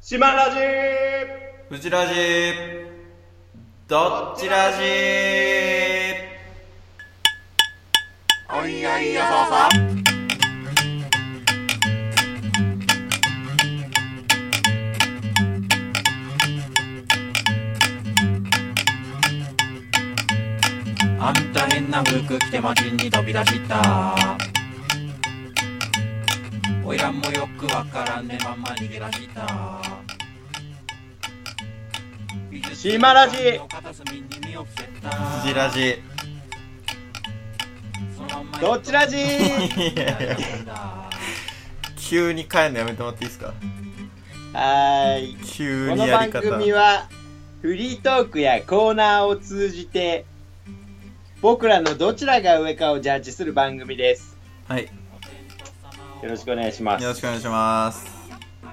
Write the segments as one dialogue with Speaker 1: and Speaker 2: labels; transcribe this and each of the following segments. Speaker 1: 島ラジ
Speaker 2: フジラジどっちラジ
Speaker 3: おいやいやささあんた変な服着て街に飛び出したおいらもよくわからんでまんま逃げ出した
Speaker 1: 島ラジ
Speaker 3: 片隅に身を伏せた
Speaker 2: フジラジ
Speaker 3: そのまんま
Speaker 1: どっちラジ
Speaker 2: いやいや 急に帰るのやめてもらっていいですか
Speaker 1: はーい。
Speaker 2: 急
Speaker 1: こ
Speaker 2: に
Speaker 1: の
Speaker 2: やり
Speaker 1: 番
Speaker 2: 方
Speaker 1: 組は、フリートークやコーナーを通じて、僕らのどちらが上かをジャッジする番組です。
Speaker 2: はいよ
Speaker 1: よろしくお願いします。
Speaker 2: ろしくお願いします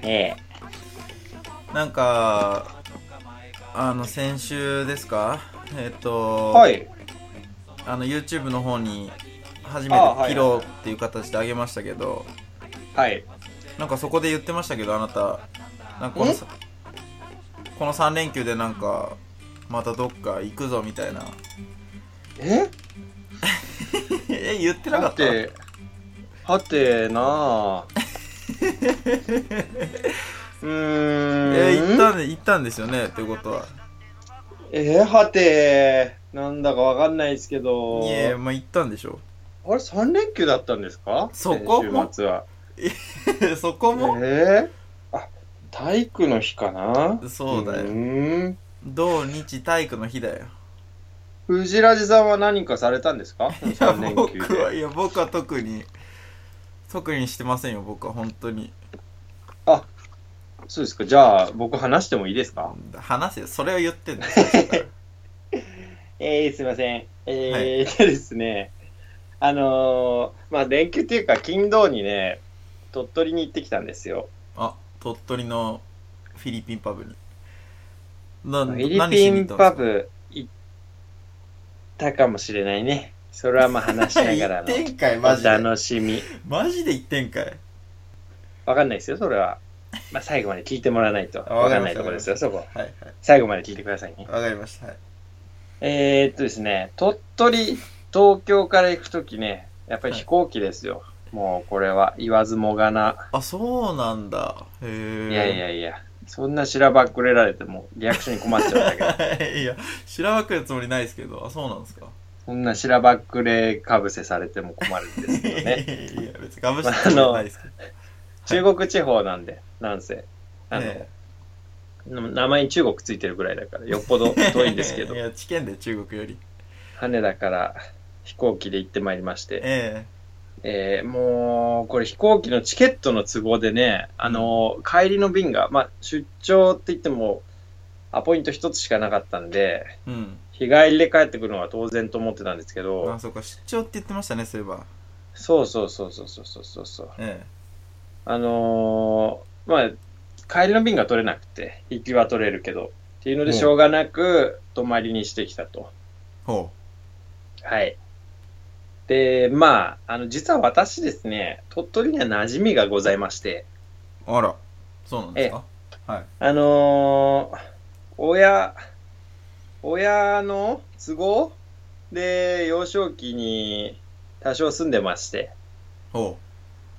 Speaker 1: え
Speaker 2: なんかあの先週ですかえっと
Speaker 1: えはい。
Speaker 2: あの YouTube の方に初
Speaker 1: あ
Speaker 2: め
Speaker 1: は
Speaker 2: て
Speaker 1: い
Speaker 2: 披露っていう形であげましたけど
Speaker 1: はい。
Speaker 2: なんかそこで言ってましたけどあなたなんかこのさこの3連休でなんかまたどっか行くぞみたいな
Speaker 1: え
Speaker 2: え言ってなかった、
Speaker 1: は てなぁ。うーん。
Speaker 2: え行ったんで行ったんですよねってことは
Speaker 1: えー、はてなんだかわかんないですけど。
Speaker 2: いえまあ行ったんでしょ
Speaker 1: あれ、3連休だったんですか
Speaker 2: そこ
Speaker 1: 先週末は。
Speaker 2: そこ
Speaker 1: え
Speaker 2: も
Speaker 1: ー、あ、体育の日かな
Speaker 2: そうだよ
Speaker 1: うーん。
Speaker 2: 土日体育の日 だよ
Speaker 1: 藤ラジさんは何かされたんですか
Speaker 2: いや
Speaker 1: ?3 連休
Speaker 2: 僕は
Speaker 1: で。
Speaker 2: いや僕は特に特にしてませんよ僕は本当に
Speaker 1: そうですか。じゃあ、僕話してもいいですか
Speaker 2: 話せよそれを言って んだよ最初から
Speaker 1: えー、すいません。えー、でですね、あのー、まあ、連休っていうか、金土にね、鳥取に行ってきたんですよ。
Speaker 2: あ鳥取のフィリピンパブにな
Speaker 1: フ
Speaker 2: 何
Speaker 1: ィリ
Speaker 2: し
Speaker 1: ピ
Speaker 2: に行
Speaker 1: ン
Speaker 2: った
Speaker 1: パ
Speaker 2: んですか
Speaker 1: ブ行ったかもしれないね。それはまあ話しながらの
Speaker 2: 行ってんかいマジ
Speaker 1: お
Speaker 2: で
Speaker 1: 楽しみ。
Speaker 2: マジで行ってんかい
Speaker 1: わかんないですよ、それは。まあ、最後まで聞いてもらわないと。
Speaker 2: あわか
Speaker 1: わか
Speaker 2: り
Speaker 1: ん
Speaker 2: ま
Speaker 1: な
Speaker 2: し
Speaker 1: い
Speaker 2: た
Speaker 1: ところですよ、そこ。
Speaker 2: はい
Speaker 1: 最後まで聞いてくださいね
Speaker 2: はい。わかりましたはい
Speaker 1: えー、っとですね、鳥取、東京から行くときね、やっぱり飛行機ですよ。もうこれは言わずもがな。
Speaker 2: あそうなんだへえ
Speaker 1: いやいやいや、そんなしらばっくれられてもリアクションに困っちゃうんだけ ど、
Speaker 2: いや知らばっくるつもりないですけどあそうなんですか、
Speaker 1: そんなしらばっくれかぶせされても困るんですけどね。
Speaker 2: いや別にかぶしてもないですけど、
Speaker 1: 中国地方なんで、なんせ。あの、
Speaker 2: え
Speaker 1: 名前に中国ついてるぐらいだから、よっぽど
Speaker 2: え
Speaker 1: 遠いんですけど
Speaker 2: い、や知見で中国より
Speaker 1: 羽田から飛行機で行ってまいりまして、
Speaker 2: え
Speaker 1: えーもう、これ飛行機のチケットの都合でね、あの、帰りの便が、まあ、出張って言っても、アポイント一つしかなかったんで、
Speaker 2: えうん
Speaker 1: 日帰りで帰ってくるのは当然と思ってたんですけど
Speaker 2: あ、そうか出張って言ってましたねそういえば
Speaker 1: そうそうそうそうそうそうそうそう。
Speaker 2: え
Speaker 1: あのーまあ、帰りの便が取れなくて、行きは取れるけど、っていうので、
Speaker 2: うん
Speaker 1: しょうがなく、泊まりにしてきたと。
Speaker 2: えほ
Speaker 1: はい。で、まあ、あの、実は私ですね、鳥取には馴染みがございまして、
Speaker 2: うあらそうなんですかはい
Speaker 1: あのー親、親の都合で、幼少期に多少住んでまして、
Speaker 2: ほ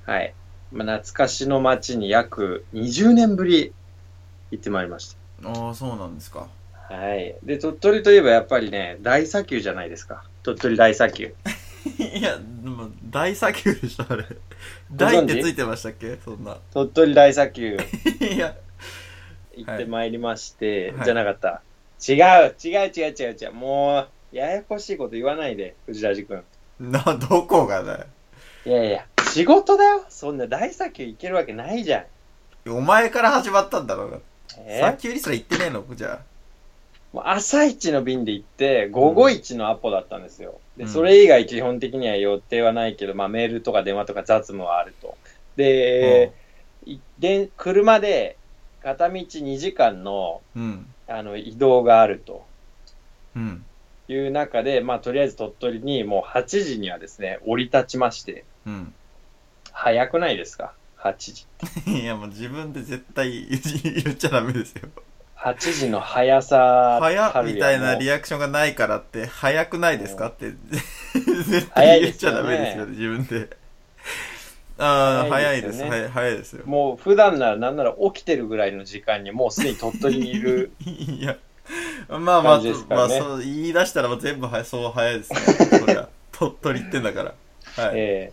Speaker 1: はい。まあ、懐かしの町に約20年ぶり行ってまいりました。
Speaker 2: うああそうなんですか
Speaker 1: はい。で、鳥取といえばやっぱりね、大砂丘じゃないですか。鳥取大砂丘。
Speaker 2: いやでも大砂丘でしょあれ
Speaker 1: 知
Speaker 2: 大ってついてましたっけそんな
Speaker 1: 鳥取大砂丘
Speaker 2: いや
Speaker 1: 行ってまいりまして、
Speaker 2: はい
Speaker 1: じゃなかった。違う、違う、違う、違う、違う。もう、ややこしいこと言わないで、藤田君。
Speaker 2: などこがだよ
Speaker 1: いやいや、仕事だよ。そんな大砂丘行けるわけないじゃん。
Speaker 2: お前から始まったんだろうが
Speaker 1: え
Speaker 2: 砂丘にすら行ってねえのじゃ
Speaker 1: もう朝一の便で行って、午後一のアポだったんですよ。
Speaker 2: う
Speaker 1: で、
Speaker 2: ん
Speaker 1: それ以外基本的には予定はないけど、まあメールとか電話とか雑務はあると。
Speaker 2: あ
Speaker 1: で、いで車で片道2時間の
Speaker 2: うん
Speaker 1: あの移動があると
Speaker 2: うん
Speaker 1: いう中で、まあ、とりあえず鳥取にもう8時にはですね、降り立ちまして、
Speaker 2: うん
Speaker 1: 早くないですか8時。
Speaker 2: いやもう自分で絶対言っちゃダメですよ
Speaker 1: 8時の速さ
Speaker 2: 早みたいなリ
Speaker 1: ア
Speaker 2: アクションがないからって早くないですかって絶
Speaker 1: 早
Speaker 2: 対
Speaker 1: いで
Speaker 2: 言っ
Speaker 1: す
Speaker 2: ちゃ
Speaker 1: よね
Speaker 2: ダメですよね自分でああ
Speaker 1: 早
Speaker 2: 早
Speaker 1: い
Speaker 2: い
Speaker 1: で
Speaker 2: ですす
Speaker 1: よね
Speaker 2: はい早いですよ
Speaker 1: もう普段ならなんなら起きてるぐらいの時間にもうすでに鳥取にい る。
Speaker 2: いやまあまあ、
Speaker 1: 感じですか
Speaker 2: ま
Speaker 1: ら
Speaker 2: あ
Speaker 1: ね
Speaker 2: そう言い出したらもう全部はそう早いですねそりゃ鳥取行ってんだからはい、
Speaker 1: ええ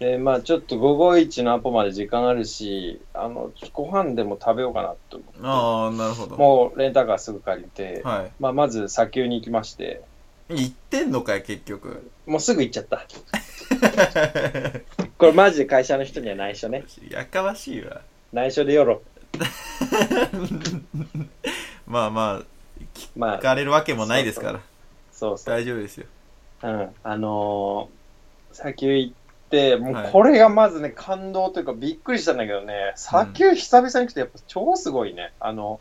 Speaker 1: で、まあちょっと午後一のアポまで時間あるし、あの、ご飯でも食べようかなと思っ
Speaker 2: ああなるほ
Speaker 1: て。
Speaker 2: ど
Speaker 1: もうレンタカーすぐ借りて、
Speaker 2: はい
Speaker 1: まあまず砂丘に行きまして、
Speaker 2: 行ってんのかい結 局
Speaker 1: もうすぐ行っちゃった。これマジで会社の人には内緒ね。
Speaker 2: やかましいわ
Speaker 1: 内緒でよろ。
Speaker 2: まあまあ聞
Speaker 1: まあ、
Speaker 2: かれるわけもないですから
Speaker 1: そうそう。
Speaker 2: 大丈夫ですよ
Speaker 1: うん。あのー、砂丘行って、も
Speaker 2: は
Speaker 1: う
Speaker 2: い
Speaker 1: これがまずね、感動というかびっくりしたんだけどね、砂丘久々に来てやっぱ超すごいね。あの、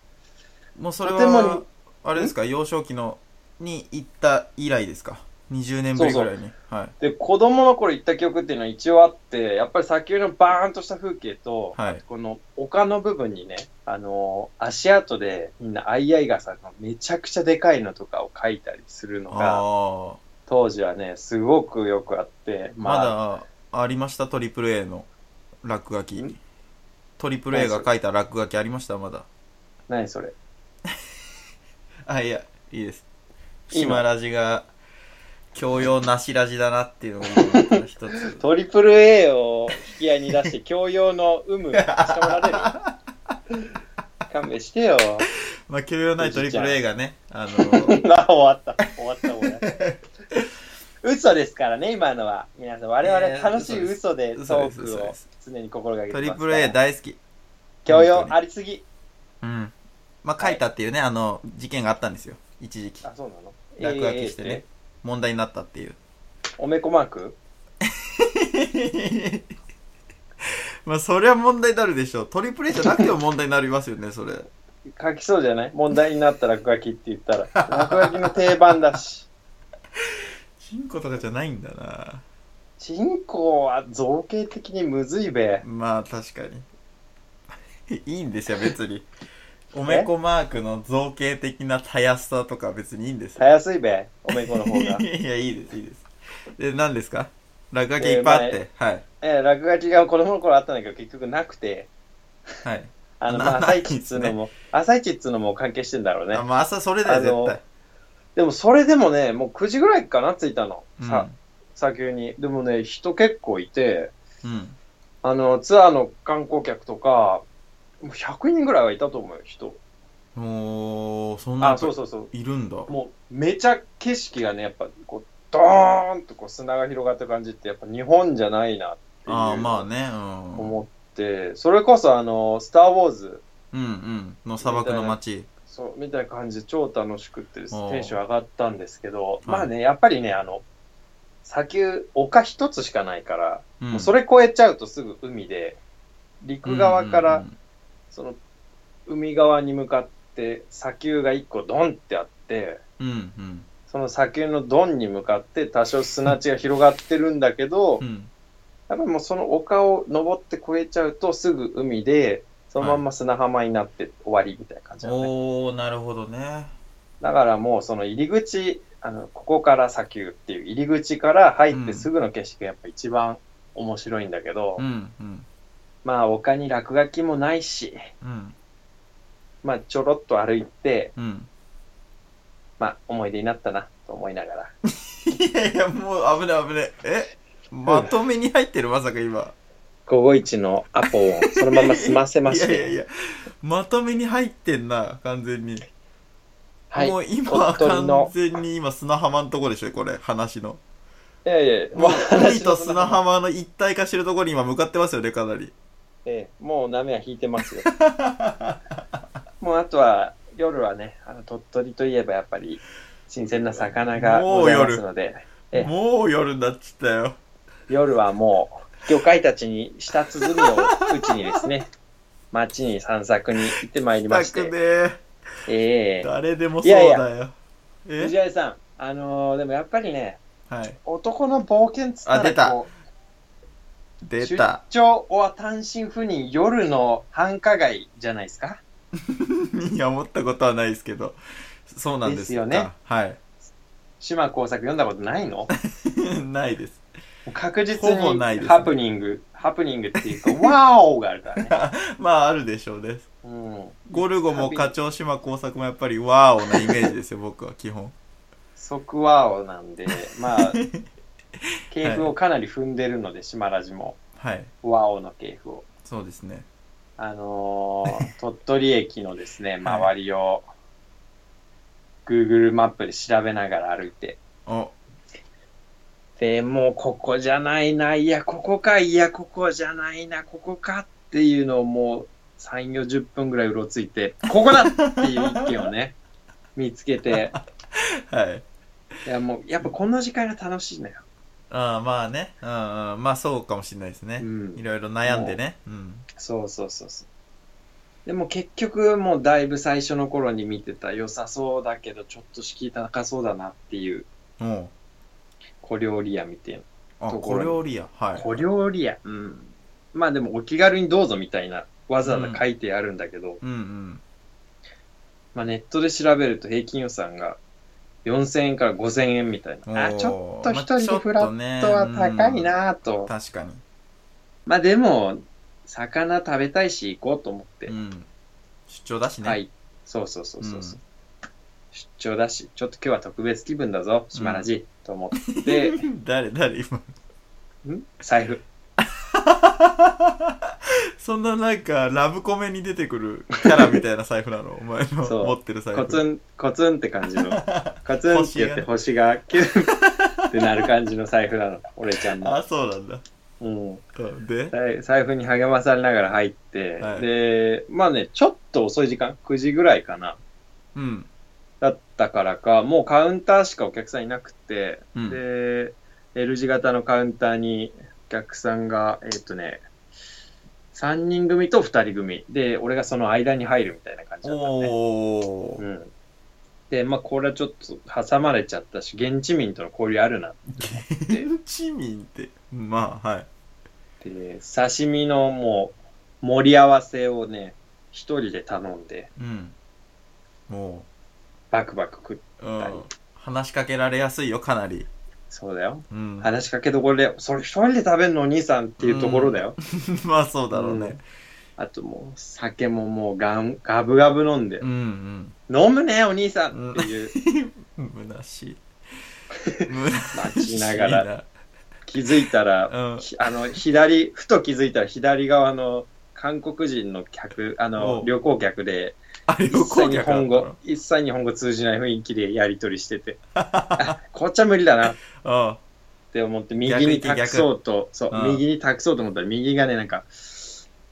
Speaker 2: もうそれ
Speaker 1: とても
Speaker 2: は
Speaker 1: に
Speaker 2: あれですか幼少期のに行った以来ですか20年ぶりぐらいにはい
Speaker 1: で、子供の頃行った記憶っていうのは一応あって、やっぱり砂丘のバーンとした風景と、
Speaker 2: はい
Speaker 1: この丘の部分にね、あのー足跡でみんなアイアイ傘のめちゃくちゃでかいのとかを描いたりするのが、
Speaker 2: ああ
Speaker 1: 当時はね、すごくよくあって、まあ、
Speaker 2: まだありましたトリプル a の落書き
Speaker 1: ん
Speaker 2: トリプル a が書いた落書きありましたまだ
Speaker 1: 何それ。
Speaker 2: あいやいいです
Speaker 1: いいの
Speaker 2: 島ラジが教養なしラジだなっていうのが一 つ
Speaker 1: トリプル A を引き合いに出 して、教養の有無してもられる。勘弁してよ。
Speaker 2: まあ教養ないトリプル a がねあの
Speaker 1: まあ、終わった。終わった、終わった。嘘ですからね、今のは。皆さん、我々楽しい嘘でト
Speaker 2: 嘘です
Speaker 1: ーク
Speaker 2: 嘘
Speaker 1: を
Speaker 2: です
Speaker 1: 常に心がけて
Speaker 2: ト
Speaker 1: ます
Speaker 2: リ
Speaker 1: から。
Speaker 2: プル a 大好き
Speaker 1: 教養ありすぎ。
Speaker 2: うんまあ書いたっていうねあの事件があったんですよ一時期
Speaker 1: あ、そうなの
Speaker 2: 落書きしてね。問題になったっていう
Speaker 1: おめこマーク
Speaker 2: まあそりゃ問題になるでしょうトリプル a じゃなくても問題になりますよねそれ
Speaker 1: 書きそうじゃない問題になった落書きって言ったら。落書きの定番だし。
Speaker 2: チンコとかじゃないんだな
Speaker 1: チンコは造形的にむずいべ。
Speaker 2: まあ確かに いいん ですよ別におめこマークの造形的なたやすさとか別にいいんです
Speaker 1: た
Speaker 2: よ
Speaker 1: やすいべ。おめこの方
Speaker 2: い
Speaker 1: が。
Speaker 2: やいいですいいですで何ですか落書きいっぱいあって、はい
Speaker 1: えー落書きが子供の頃あったんだけど結局なくて、
Speaker 2: はい
Speaker 1: あの、
Speaker 2: な
Speaker 1: まあ、
Speaker 2: な
Speaker 1: 朝一っつうのも、朝一っつうのも関係してんだろうね
Speaker 2: あ。まあ朝それだよ
Speaker 1: あの
Speaker 2: 絶対
Speaker 1: でもそれでもね、もう9時ぐらいかな、着いたの。
Speaker 2: うん
Speaker 1: さ、砂丘に。でもね、人結構いて、
Speaker 2: うん
Speaker 1: あの、ツアーの観光客とか、もう100人ぐらいはいたと思うよ、人。
Speaker 2: もうそんな
Speaker 1: あ、そうそうそう。
Speaker 2: いるんだ
Speaker 1: もう、めちゃ景色がね、やっぱ、こう、ドーンとこう砂が広がった感じって、やっぱ日本じゃないなっていう。
Speaker 2: ああまあね、
Speaker 1: 思って、それこそあの、スター・ウォーズ、
Speaker 2: うん、うんうんの砂漠の街
Speaker 1: そう、みたいな感じで超楽しくってです
Speaker 2: お
Speaker 1: ね、
Speaker 2: う
Speaker 1: テンション上がったんですけど、
Speaker 2: い
Speaker 1: まあね、やっぱりね、あの、砂丘、丘一つしかないから、
Speaker 2: うん
Speaker 1: もうそれ越えちゃうとすぐ海で、陸側から、その、海側に向かって砂丘が一個ドンってあって、
Speaker 2: うんうんうん
Speaker 1: その砂丘のドンに向かって多少砂地が広がってるんだけど
Speaker 2: う、ん
Speaker 1: やっぱりもうその丘を登って越えちゃうとすぐ海で、そのまんま砂浜になって終わりみたいな感じなのね。
Speaker 2: おおなるほどね
Speaker 1: だからもうその入り口、あの、ここから砂丘っていう入り口から入ってすぐの景色がやっぱ一番面白いんだけど、
Speaker 2: うんうん
Speaker 1: まあ丘に落書きもないし、
Speaker 2: うん
Speaker 1: まあちょろっと歩いて、
Speaker 2: うん
Speaker 1: まあ思い出になったなと思いながら。
Speaker 2: いやいやもう危ね危ねえまとめに入ってるまさか今
Speaker 1: 午後一のアポをそのまま済ませまし
Speaker 2: いやいやい
Speaker 1: て、
Speaker 2: やまとめに入ってんな完全に、
Speaker 1: はい。い
Speaker 2: もう今
Speaker 1: 鳥取の
Speaker 2: 完全に今砂浜のとこでしょこれ話の
Speaker 1: やいやいや、もう
Speaker 2: 海
Speaker 1: 話
Speaker 2: と
Speaker 1: の
Speaker 2: 砂浜の一体化してるところに今向かってますよねかなり
Speaker 1: ええ、もう波は引いてま すよ。もうあとは夜はね、あの鳥取といえばやっぱり新鮮な魚が
Speaker 2: もう
Speaker 1: ございますので、ええ
Speaker 2: もう夜になっちったよ
Speaker 1: 夜はもう魚介たちに舌鼓を打ちにです ね、街に散策に行ってまいりま
Speaker 2: た
Speaker 1: し
Speaker 2: くね
Speaker 1: て、
Speaker 2: ー
Speaker 1: ええ
Speaker 2: 誰でも
Speaker 1: い
Speaker 2: そう
Speaker 1: や
Speaker 2: だ
Speaker 1: い
Speaker 2: よ
Speaker 1: や
Speaker 2: え
Speaker 1: 藤井さん、あのーでもやっぱりね、
Speaker 2: はい
Speaker 1: 男の冒険っつった
Speaker 2: あ出
Speaker 1: ら
Speaker 2: た
Speaker 1: こう、
Speaker 2: 出
Speaker 1: 出
Speaker 2: た。
Speaker 1: 張おは単身赴任夜の繁華街じゃないですか
Speaker 2: いや、思ったことはないですけど。そうなんです
Speaker 1: ですよね。
Speaker 2: はい。
Speaker 1: 島工作読んだことないの
Speaker 2: ないです。
Speaker 1: 確実
Speaker 2: ほぼ
Speaker 1: に
Speaker 2: ないですね
Speaker 1: ハプニング、ハプニングっていうか、 ワーオがあるからね。
Speaker 2: まあ、あるでしょうね。
Speaker 1: うん、
Speaker 2: ゴルゴも課長島工作もやっぱりワーオなイメージですよ、僕は基本。
Speaker 1: 即ワーオなんで、ま あ、系譜をかなり踏んでるので、島ラジも、
Speaker 2: はい。
Speaker 1: ワーオの系譜を。
Speaker 2: そうですね。
Speaker 1: あの ー鳥取駅のですね、周りを、Google マップで調べながら歩いて、
Speaker 2: お、
Speaker 1: でもうここじゃないな、いや、ここか、いや、ここじゃないな、ここかっていうのをもう3、40分ぐらいうろついて、ここだっていう一軒をね、 見つけて、
Speaker 2: はい。
Speaker 1: いや、もう、やっぱこの時間が楽しいのよ。
Speaker 2: ああ、まあね。うんうん。まあ、そうかもしれないですねい
Speaker 1: う。ん。
Speaker 2: ろいろ悩んでね。うん。
Speaker 1: そうそうそうそう。でも結局、もうだいぶ最初の頃に見てた良さそうだけど、ちょっと敷居高そうだなっていう
Speaker 2: おう
Speaker 1: 小料理屋みたいな。
Speaker 2: あ、
Speaker 1: とこ
Speaker 2: 小
Speaker 1: ろに
Speaker 2: 料理屋。はい。
Speaker 1: 小料理屋。うん。まあでもお気軽にどうぞみたいな、わざわざ書いてあるんだけど、
Speaker 2: うんうん。
Speaker 1: まあ、ネットで調べると平均予算が4000円から5000円みたい
Speaker 2: お
Speaker 1: な。あ、
Speaker 2: ー
Speaker 1: ちょっと
Speaker 2: まあ
Speaker 1: 一人でフラットは高
Speaker 2: ち
Speaker 1: い
Speaker 2: ょっとね
Speaker 1: なぁ
Speaker 2: う
Speaker 1: と
Speaker 2: ん。確かに。
Speaker 1: まあでも、魚食べたいし行こうと思って
Speaker 2: う。ん。出張だしね。
Speaker 1: は。い。そうそうそうそうそうう。出張だし、ちょっと今日は特別気分だぞ、島ラジ、と 思って、
Speaker 2: 誰誰今。
Speaker 1: ん財布。
Speaker 2: そんななんか、ラブコメに出てくるキャラみたいな財布なのお前の
Speaker 1: そう
Speaker 2: 持ってる財布。
Speaker 1: コツン、コツンって感じの。コツンって言って星がキュンってなる感じの財布なの。俺ちゃんの。
Speaker 2: あ、そうなんだ。
Speaker 1: うん。
Speaker 2: うんで、
Speaker 1: 財財布に励まされながら入って、
Speaker 2: はい
Speaker 1: で、まあね、ちょっと遅い時間、9時ぐらいかな、
Speaker 2: うん。
Speaker 1: だったからか、もうカウンターしかお客さんいなくて、
Speaker 2: うん
Speaker 1: で、L 字型のカウンターにお客さんが、えっ、とね、3人組と2人組。で、俺がその間に入るみたいな感じだったのね。
Speaker 2: お
Speaker 1: う
Speaker 2: ー。
Speaker 1: ん。で、まあ、これはちょっと挟まれちゃったし、現地民との交流あるなっ
Speaker 2: 現地民って、まあ、はい。
Speaker 1: て、刺身のもう、盛り合わせをね、一人で頼んで、
Speaker 2: うん。も
Speaker 1: バクバク食っ
Speaker 2: う、
Speaker 1: は
Speaker 2: う
Speaker 1: い
Speaker 2: ん。話しかけられやすいよ、かなり。
Speaker 1: そうだよ。
Speaker 2: うん。
Speaker 1: 話しかけどころで、それ一人で食べるのお兄さんっていうところだよ。
Speaker 2: まあ、そうだろうね。
Speaker 1: あともう、酒ももうガンガブガブ飲んで、
Speaker 2: うん
Speaker 1: 飲むね、お兄さんっていう、
Speaker 2: うん。虚し い。虚しい。
Speaker 1: 待ちながら。気づいたら、
Speaker 2: うん。
Speaker 1: ひあの、左、ふと気づいたら左側の韓国人の客、あ
Speaker 2: お
Speaker 1: の、
Speaker 2: う
Speaker 1: 旅行客で、
Speaker 2: あ、旅
Speaker 1: 一切
Speaker 2: 行客
Speaker 1: 日
Speaker 2: だった
Speaker 1: 本語
Speaker 2: の、
Speaker 1: 一切日本語通じない雰囲気でやり取りし てて、あ、こっちは無理だなっ
Speaker 2: ああ。
Speaker 1: って思って、右に託そうと、そうう、
Speaker 2: ん
Speaker 1: 右に託そうと思ったら、右がね、なんか、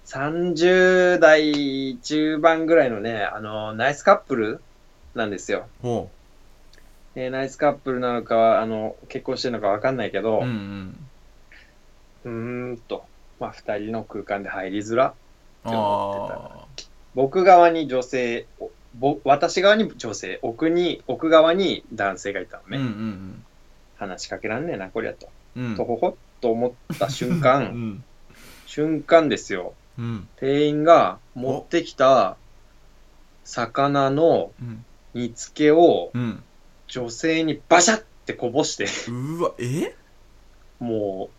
Speaker 1: 30代中盤ぐらいのね、あの、ナイスカップルなんですよ。
Speaker 2: ほ
Speaker 1: でナイスカップルなのかは、あの、結婚してるのかわかんないけど、
Speaker 2: う。う
Speaker 1: うん
Speaker 2: うん。
Speaker 1: ーんと、まあ、二人の空間で入りづら。思ってた
Speaker 2: ああ。
Speaker 1: 僕側に女性、おぼ私側に女性、奥に、奥側に男性がいたのね。
Speaker 2: うんうん
Speaker 1: 話しかけらんねえな、こりゃと。
Speaker 2: うん。うん
Speaker 1: とほほっと思った瞬
Speaker 2: う
Speaker 1: 間、
Speaker 2: ん。
Speaker 1: 瞬間ですよ。
Speaker 2: うん。
Speaker 1: 店員が持ってきた魚の
Speaker 2: うん。
Speaker 1: 煮付けを
Speaker 2: うん。
Speaker 1: 女性にバシャってこぼして、
Speaker 2: うわ、え
Speaker 1: も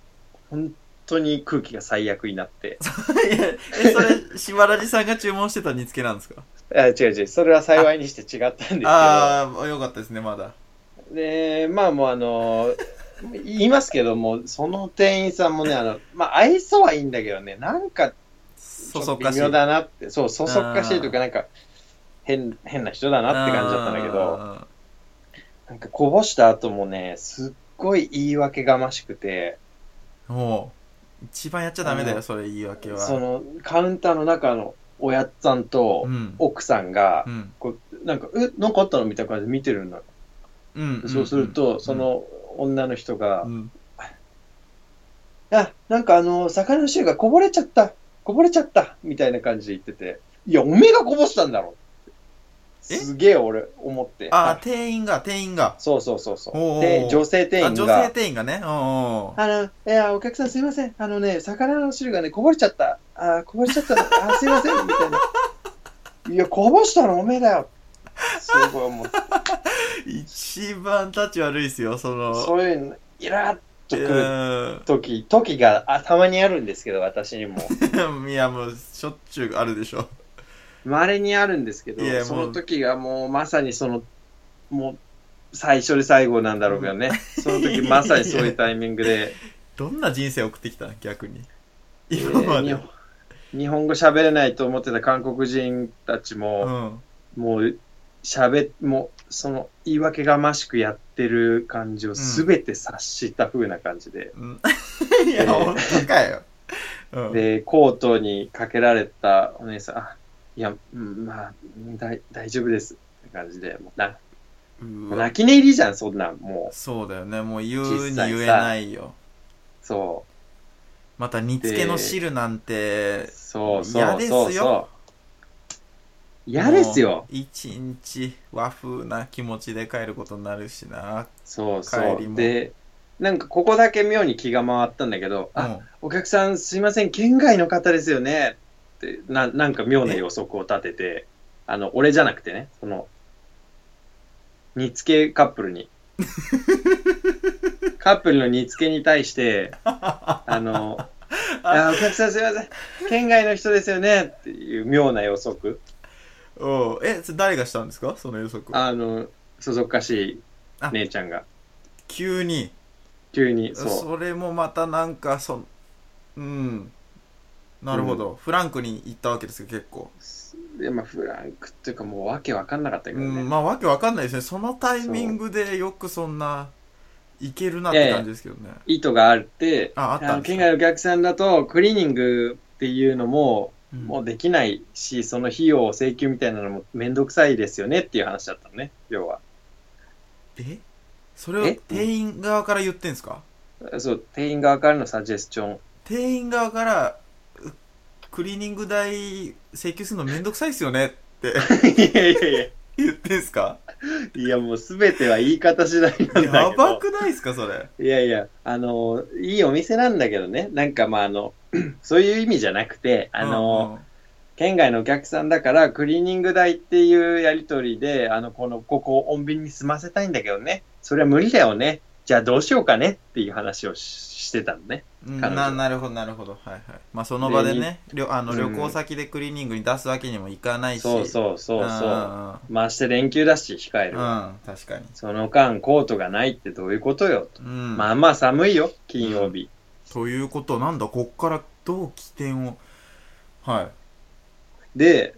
Speaker 1: う本当に空気が最悪になって。
Speaker 2: いやえ、それ、しばらじさんが注文してた煮付けなんですか
Speaker 1: あ違う違う、それは幸いにして違ったんですけど。
Speaker 2: ああ、よかったですね、まだ。
Speaker 1: で、まあもうあの、言いますけども、その店員さんもね、あの、まあ愛想はいいんだけどね、なんかち
Speaker 2: そ
Speaker 1: ょっと
Speaker 2: そっか
Speaker 1: 微
Speaker 2: しい。
Speaker 1: 妙だなって、そう、そそっかしいというか、なんか変、変な人だなって感じだったんだけど、
Speaker 2: あ
Speaker 1: なんかこぼした後もね、すっごい言い訳がましくて、
Speaker 2: ー。もう、一番やっちゃダメだ
Speaker 1: あ
Speaker 2: よ、
Speaker 1: の
Speaker 2: それ言い訳は。
Speaker 1: そのカウンターの中のおやっさんと
Speaker 2: うん。
Speaker 1: 奥さんが
Speaker 2: う、ん。
Speaker 1: こうなんか、え、なんかあったのみたいな感じで見てるの。
Speaker 2: うん。ん
Speaker 1: そうすると、そ、の女の人が、
Speaker 2: うん。
Speaker 1: あ、なんかあの、魚の汁がこぼれちゃった、こぼれちゃった、みたいな感じで言ってて、いや、おめえがこぼしたんだろ。
Speaker 2: え
Speaker 1: すげえ俺思って
Speaker 2: あ、店員が、店員が。
Speaker 1: そうそうそうそ
Speaker 2: おうおう
Speaker 1: うで女性店
Speaker 2: あ、
Speaker 1: 員
Speaker 2: 女
Speaker 1: が
Speaker 2: 性店員がね。うんうん。
Speaker 1: あの、いや、お客さんすいません。あのね、魚の汁がね、こぼれちゃった。あーこぼれちゃった。あーすいません。みたいな。いや、こぼしたのおめえだよ。すごい思って。
Speaker 2: 一番立ち悪いっすよ、その。
Speaker 1: そういうの、イラッとくる
Speaker 2: う
Speaker 1: 時、時があたまにあるんですけど、私にも。
Speaker 2: ん。い や、もう、しょっちゅうあるでしょ。
Speaker 1: 稀にあるんですけど
Speaker 2: いやも、う
Speaker 1: その時がもうまさにその、もう、最初で最後なんだろうけどね。その時まさにそういうタイミングで、
Speaker 2: どんな人生送ってきたの逆に。
Speaker 1: え
Speaker 2: 今ま
Speaker 1: ー
Speaker 2: で。
Speaker 1: 日本日本語喋れないと思ってた韓国人たちも、
Speaker 2: うん。
Speaker 1: もう、しゃべ、もう、その、言い訳がましくやってる感じをすべて察した風な感じで、
Speaker 2: うん。いや、本当かよ。うん。
Speaker 1: で、コートにかけられたお姉さん、あ、いや、うんまあ、だい大丈夫です。って感じで、もうな
Speaker 2: うわ
Speaker 1: 泣き寝入りじゃん、そんなん、もう。
Speaker 2: そうだよね。もう言う
Speaker 1: 実
Speaker 2: に
Speaker 1: 際さ
Speaker 2: 言えないよ。
Speaker 1: そ
Speaker 2: また煮付けの汁なん
Speaker 1: う。
Speaker 2: て、
Speaker 1: そう
Speaker 2: 嫌
Speaker 1: そう
Speaker 2: です
Speaker 1: そ
Speaker 2: よ
Speaker 1: うそう。嫌ですよ
Speaker 2: も。う一日和風な気持ちで帰ることになるしな。
Speaker 1: そう
Speaker 2: 帰
Speaker 1: そ
Speaker 2: りも
Speaker 1: う。で、なんかここだけ妙に気が回ったんだけど、
Speaker 2: う
Speaker 1: あ、
Speaker 2: ん。
Speaker 1: お客さんすいません、県外の方ですよねって、ななんか妙な予測を立てて、あの、俺じゃなくてね、その、煮付けカップル に。カップルの煮付けに対して、あ の、あお客さんすいません、県外の人ですよねっていう妙な予測。
Speaker 2: おうえ、それ誰がしたんですかその予測。
Speaker 1: あの、そそっかしい姉ちゃんが、
Speaker 2: 急に。
Speaker 1: 急に、
Speaker 2: そ
Speaker 1: そう。
Speaker 2: れもまたなんか、そん、うん。なるほど。フランクに行ったわけですよ、結構。
Speaker 1: でまあ、フランクっていうかもうわけわかんなかったけ
Speaker 2: う
Speaker 1: どね。
Speaker 2: ん、まあわけわかんないですね。そのタイミングでよくそんな、いけるなって感じですけどね。
Speaker 1: 意図があって、
Speaker 2: ああったんですか
Speaker 1: の県外のお客さんだと、クリーニングっていうのも、
Speaker 2: うん
Speaker 1: もうできないし、その費用請求みたいなのもめんどくさいですよねっていう話だったのね、要は。
Speaker 2: えそれを
Speaker 1: え
Speaker 2: 店員側から言ってんですか
Speaker 1: そう、店員側からのサジェスチョン。
Speaker 2: 店員側から、うクリーニング代請求するのめんどくさいっすよねって
Speaker 1: いやいやいや、
Speaker 2: 言ってんすか
Speaker 1: いやもうすべては言い方次第なんだけど。
Speaker 2: やばくないっすかそれ。
Speaker 1: いやいや、あの、いいお店なんだけどね、なんかまああの、 そういう意味じゃなくて、あの、
Speaker 2: うんうん
Speaker 1: 県外のお客さんだから、クリーニング代っていうやりとりで、あの、この、ここを穏便に済ませたいんだけどね。それは無理だよね。じゃあどうしようかねっていう話をししてたのね。
Speaker 2: うん
Speaker 1: 彼女
Speaker 2: ななるほどなるほどはいはいまあその場でねりょあの
Speaker 1: うん
Speaker 2: 旅行先でクリーニングに出すわけにもいかないし
Speaker 1: そうそうそう
Speaker 2: うん
Speaker 1: そうう。まして連休だし、控える。
Speaker 2: んうんうん確かに
Speaker 1: その間、コートがないってどういうことよ。
Speaker 2: うん
Speaker 1: まあまあ寒いよ、金曜日。
Speaker 2: ということなんだこっからどう起点をはい
Speaker 1: で、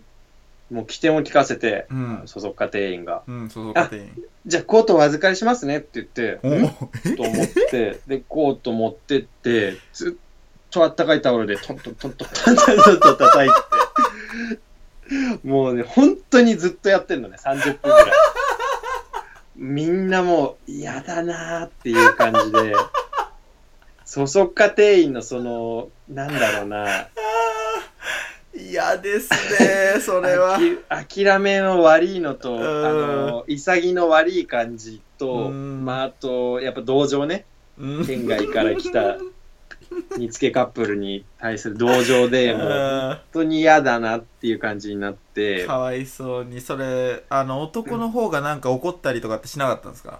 Speaker 1: もう起点を聞かせて、
Speaker 2: うん
Speaker 1: そそっか店員が、
Speaker 2: うんそうそう家庭員
Speaker 1: じゃあコートお預かりしますねって言って、
Speaker 2: お
Speaker 1: と 思って、で、コート持ってって、ずっとあったかいタオルでトントントン トントントントントン叩いて、もうね、本当にずっとやってんのね、30分ぐらい。みんなもう、嫌だなーっていう感じで、そそっか店員のその、なんだろうな、
Speaker 2: 嫌ですねそれは
Speaker 1: あき諦めの悪いのと、
Speaker 2: う
Speaker 1: あ
Speaker 2: ん
Speaker 1: の、潔の悪い感じ
Speaker 2: う
Speaker 1: と、
Speaker 2: ん
Speaker 1: まあ、あと、やっぱ同情ね。
Speaker 2: うん
Speaker 1: 県外から来た煮付けカップルに対する同情で、もう本
Speaker 2: うん
Speaker 1: 当に嫌だなっていう感じになって、
Speaker 2: かわいそうにそれあの男の方がなんか怒ったりとかってしなかったんですか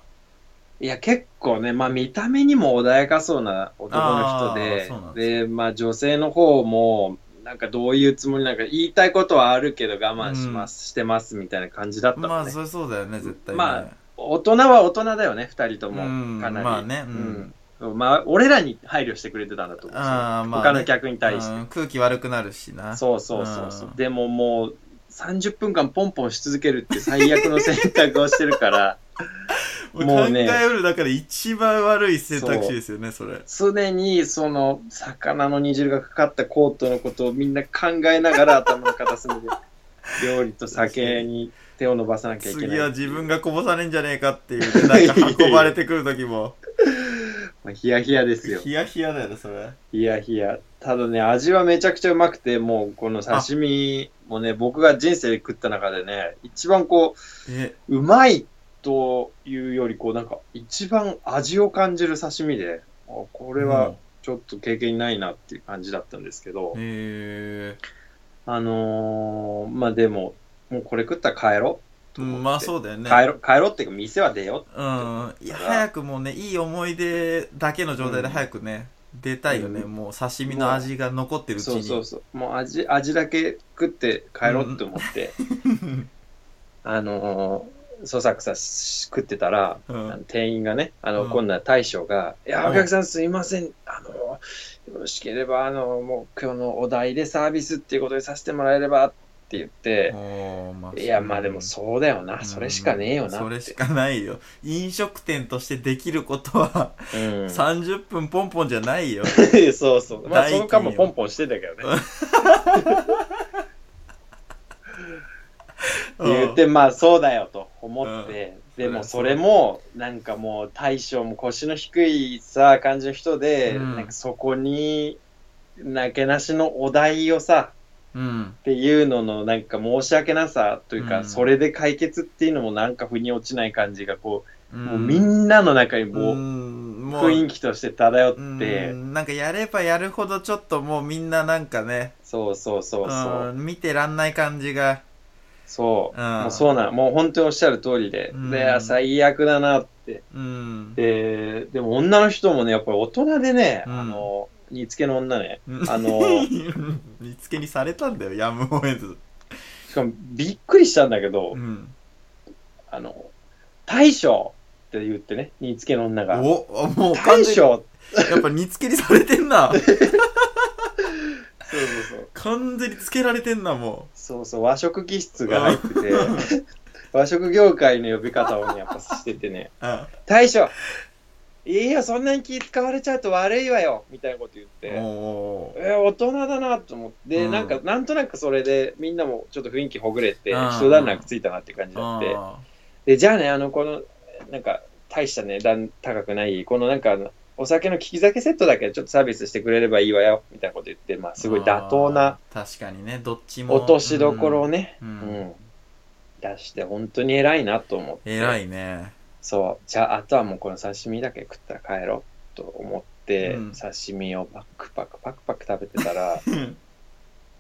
Speaker 1: いや、結構ね、まあ見た目にも穏やかそうな男の人
Speaker 2: あー
Speaker 1: で
Speaker 2: そうなん、
Speaker 1: で、まあ女性の方も、なんかどういうつもりなんか言いたいことはあるけど我慢します、してますみたいな感じだった
Speaker 2: ま
Speaker 1: の
Speaker 2: あ
Speaker 1: ね。
Speaker 2: そりゃそうだよね絶対ね
Speaker 1: まあ大人は大人だよね、二人とも
Speaker 2: うん。
Speaker 1: かなり。
Speaker 2: まあねうん
Speaker 1: うんまあ、俺らに配慮してくれてたんだと思うんですよ
Speaker 2: あーまあね
Speaker 1: 他の客に対して
Speaker 2: う。ん空気悪くなるしな
Speaker 1: そうそうそうそう
Speaker 2: う。ん
Speaker 1: でももう、30分間ポンポンし続けるって最悪の選択をしてるから、
Speaker 2: も
Speaker 1: も
Speaker 2: う
Speaker 1: うね
Speaker 2: 考えうるだから一番悪い選択肢ですよねそれ
Speaker 1: 常にその、魚の煮汁がかかったコートのことをみんな考えながら頭の片隅で、料理と酒に手を伸ばさなきゃいけ
Speaker 2: 次は
Speaker 1: ない。
Speaker 2: 自分がこぼされんじゃねえかっていうねなんか運ばれてくる時も
Speaker 1: まあヒヤヒヤですよ。
Speaker 2: ヒヤヒヤだよねそれ
Speaker 1: ヒヤヒヤ。ただね、味はめちゃくちゃうまくて、もうこの刺身もね、僕が人生で食った中でね、一番こ
Speaker 2: え
Speaker 1: う、うまいというより、こうなんか、一番味を感じる刺身で、あこ
Speaker 2: こ
Speaker 1: れはちょっと経験ないなっていう感じだったんですけど、
Speaker 2: え
Speaker 1: あのー、まあでも、もうこれ食ったら帰
Speaker 2: ー、
Speaker 1: ろ
Speaker 2: まあそうだよ
Speaker 1: う。
Speaker 2: ね
Speaker 1: 帰ろ、帰ろうっていうか、店は出よう
Speaker 2: うんいや早くもうねいい思い出だけの状態で早くね、出たいよね、
Speaker 1: う
Speaker 2: もう刺身の味が残ってるうち
Speaker 1: そう
Speaker 2: に
Speaker 1: そうそう。もう味、味だけ食って帰ろうって思って、 あのー、そさくさし食ってたら、
Speaker 2: う
Speaker 1: あの
Speaker 2: ん、
Speaker 1: 店員がね、あの、
Speaker 2: うん
Speaker 1: こんな大将が、いや、
Speaker 2: うん
Speaker 1: お客さんすいません。あの、よろしければ、あの、もう今日のお題でサービスっていうことにさせてもらえればって言って、
Speaker 2: おーまあ
Speaker 1: いや、まあでもそうだよな。それしかねえよなって。
Speaker 2: それしかないよ飲食店としてできることは
Speaker 1: うん
Speaker 2: 30分ポンポンじゃないよ
Speaker 1: そうそう。まあ、
Speaker 2: 大金
Speaker 1: そ
Speaker 2: よ
Speaker 1: の間もポンポンしてたけどね。って 言って、まあそうだよと思って、
Speaker 2: うん
Speaker 1: でもそれも、なんかもう大将も腰の低いさ、感じの人で、
Speaker 2: うん
Speaker 1: なんかそこに、なけなしのお題をさ、
Speaker 2: うん
Speaker 1: っていうのの、なんか申し訳なさというか、
Speaker 2: うん
Speaker 1: それで解決っていうのもなんか腑に落ちない感じが、こ
Speaker 2: う
Speaker 1: う、
Speaker 2: ん
Speaker 1: もうみんなの中に
Speaker 2: う
Speaker 1: もう、
Speaker 2: んもう
Speaker 1: 雰囲気として漂
Speaker 2: う
Speaker 1: って、
Speaker 2: んなんかやればやるほどちょっともうみんななんかね
Speaker 1: そうそうそうそう。
Speaker 2: ん見てらんない感じが
Speaker 1: そう。
Speaker 2: うん
Speaker 1: もうそうなの。もう本当におっしゃる通りで。
Speaker 2: うん
Speaker 1: で、あ最悪だなって。
Speaker 2: うん
Speaker 1: で、でも女の人もね、やっぱり大人でね、
Speaker 2: うん
Speaker 1: あの、煮付けの女ね、
Speaker 2: うん
Speaker 1: あの、
Speaker 2: 見つけにされたんだよやむを得ず
Speaker 1: しかもびっくりしたんだけど、
Speaker 2: うん
Speaker 1: あの、大将って言ってね、煮付けの女が。
Speaker 2: おあもう完
Speaker 1: 大
Speaker 2: 全に
Speaker 1: 将
Speaker 2: やっぱ煮つけにされてんな
Speaker 1: そうそうそう。
Speaker 2: 完全につけられてんなも
Speaker 1: そうそう、和食気質が入って て、和食業界の呼び方をね、やっぱしててね、
Speaker 2: ううん
Speaker 1: 大将いいよ、そんなに気使われちゃうと悪いわよみたいなこと言って、
Speaker 2: おー
Speaker 1: えー大人だなと思って、
Speaker 2: うん
Speaker 1: なんか、なんとなくそれで、みんなもちょっと雰囲気ほぐれて、
Speaker 2: うん
Speaker 1: 人だなくついたなって感じになって、
Speaker 2: あ
Speaker 1: で、じゃあね、あの、この、なんか、大した値段高くない、このなんかあの、お酒の利き酒セットだけちょっとサービスしてくれればいいわよ、みたいなこと言って、まあ、すごい妥当な
Speaker 2: あー確かにねどっちも
Speaker 1: 落としどころをね、
Speaker 2: うん、うん
Speaker 1: うん、出して本当に偉いなと思って
Speaker 2: 偉
Speaker 1: い
Speaker 2: いね
Speaker 1: そうじゃああとはもうこの刺身だけ食ったら帰ろうと思って、
Speaker 2: うん
Speaker 1: 刺身をパクパクパクパク食べて たら
Speaker 2: うん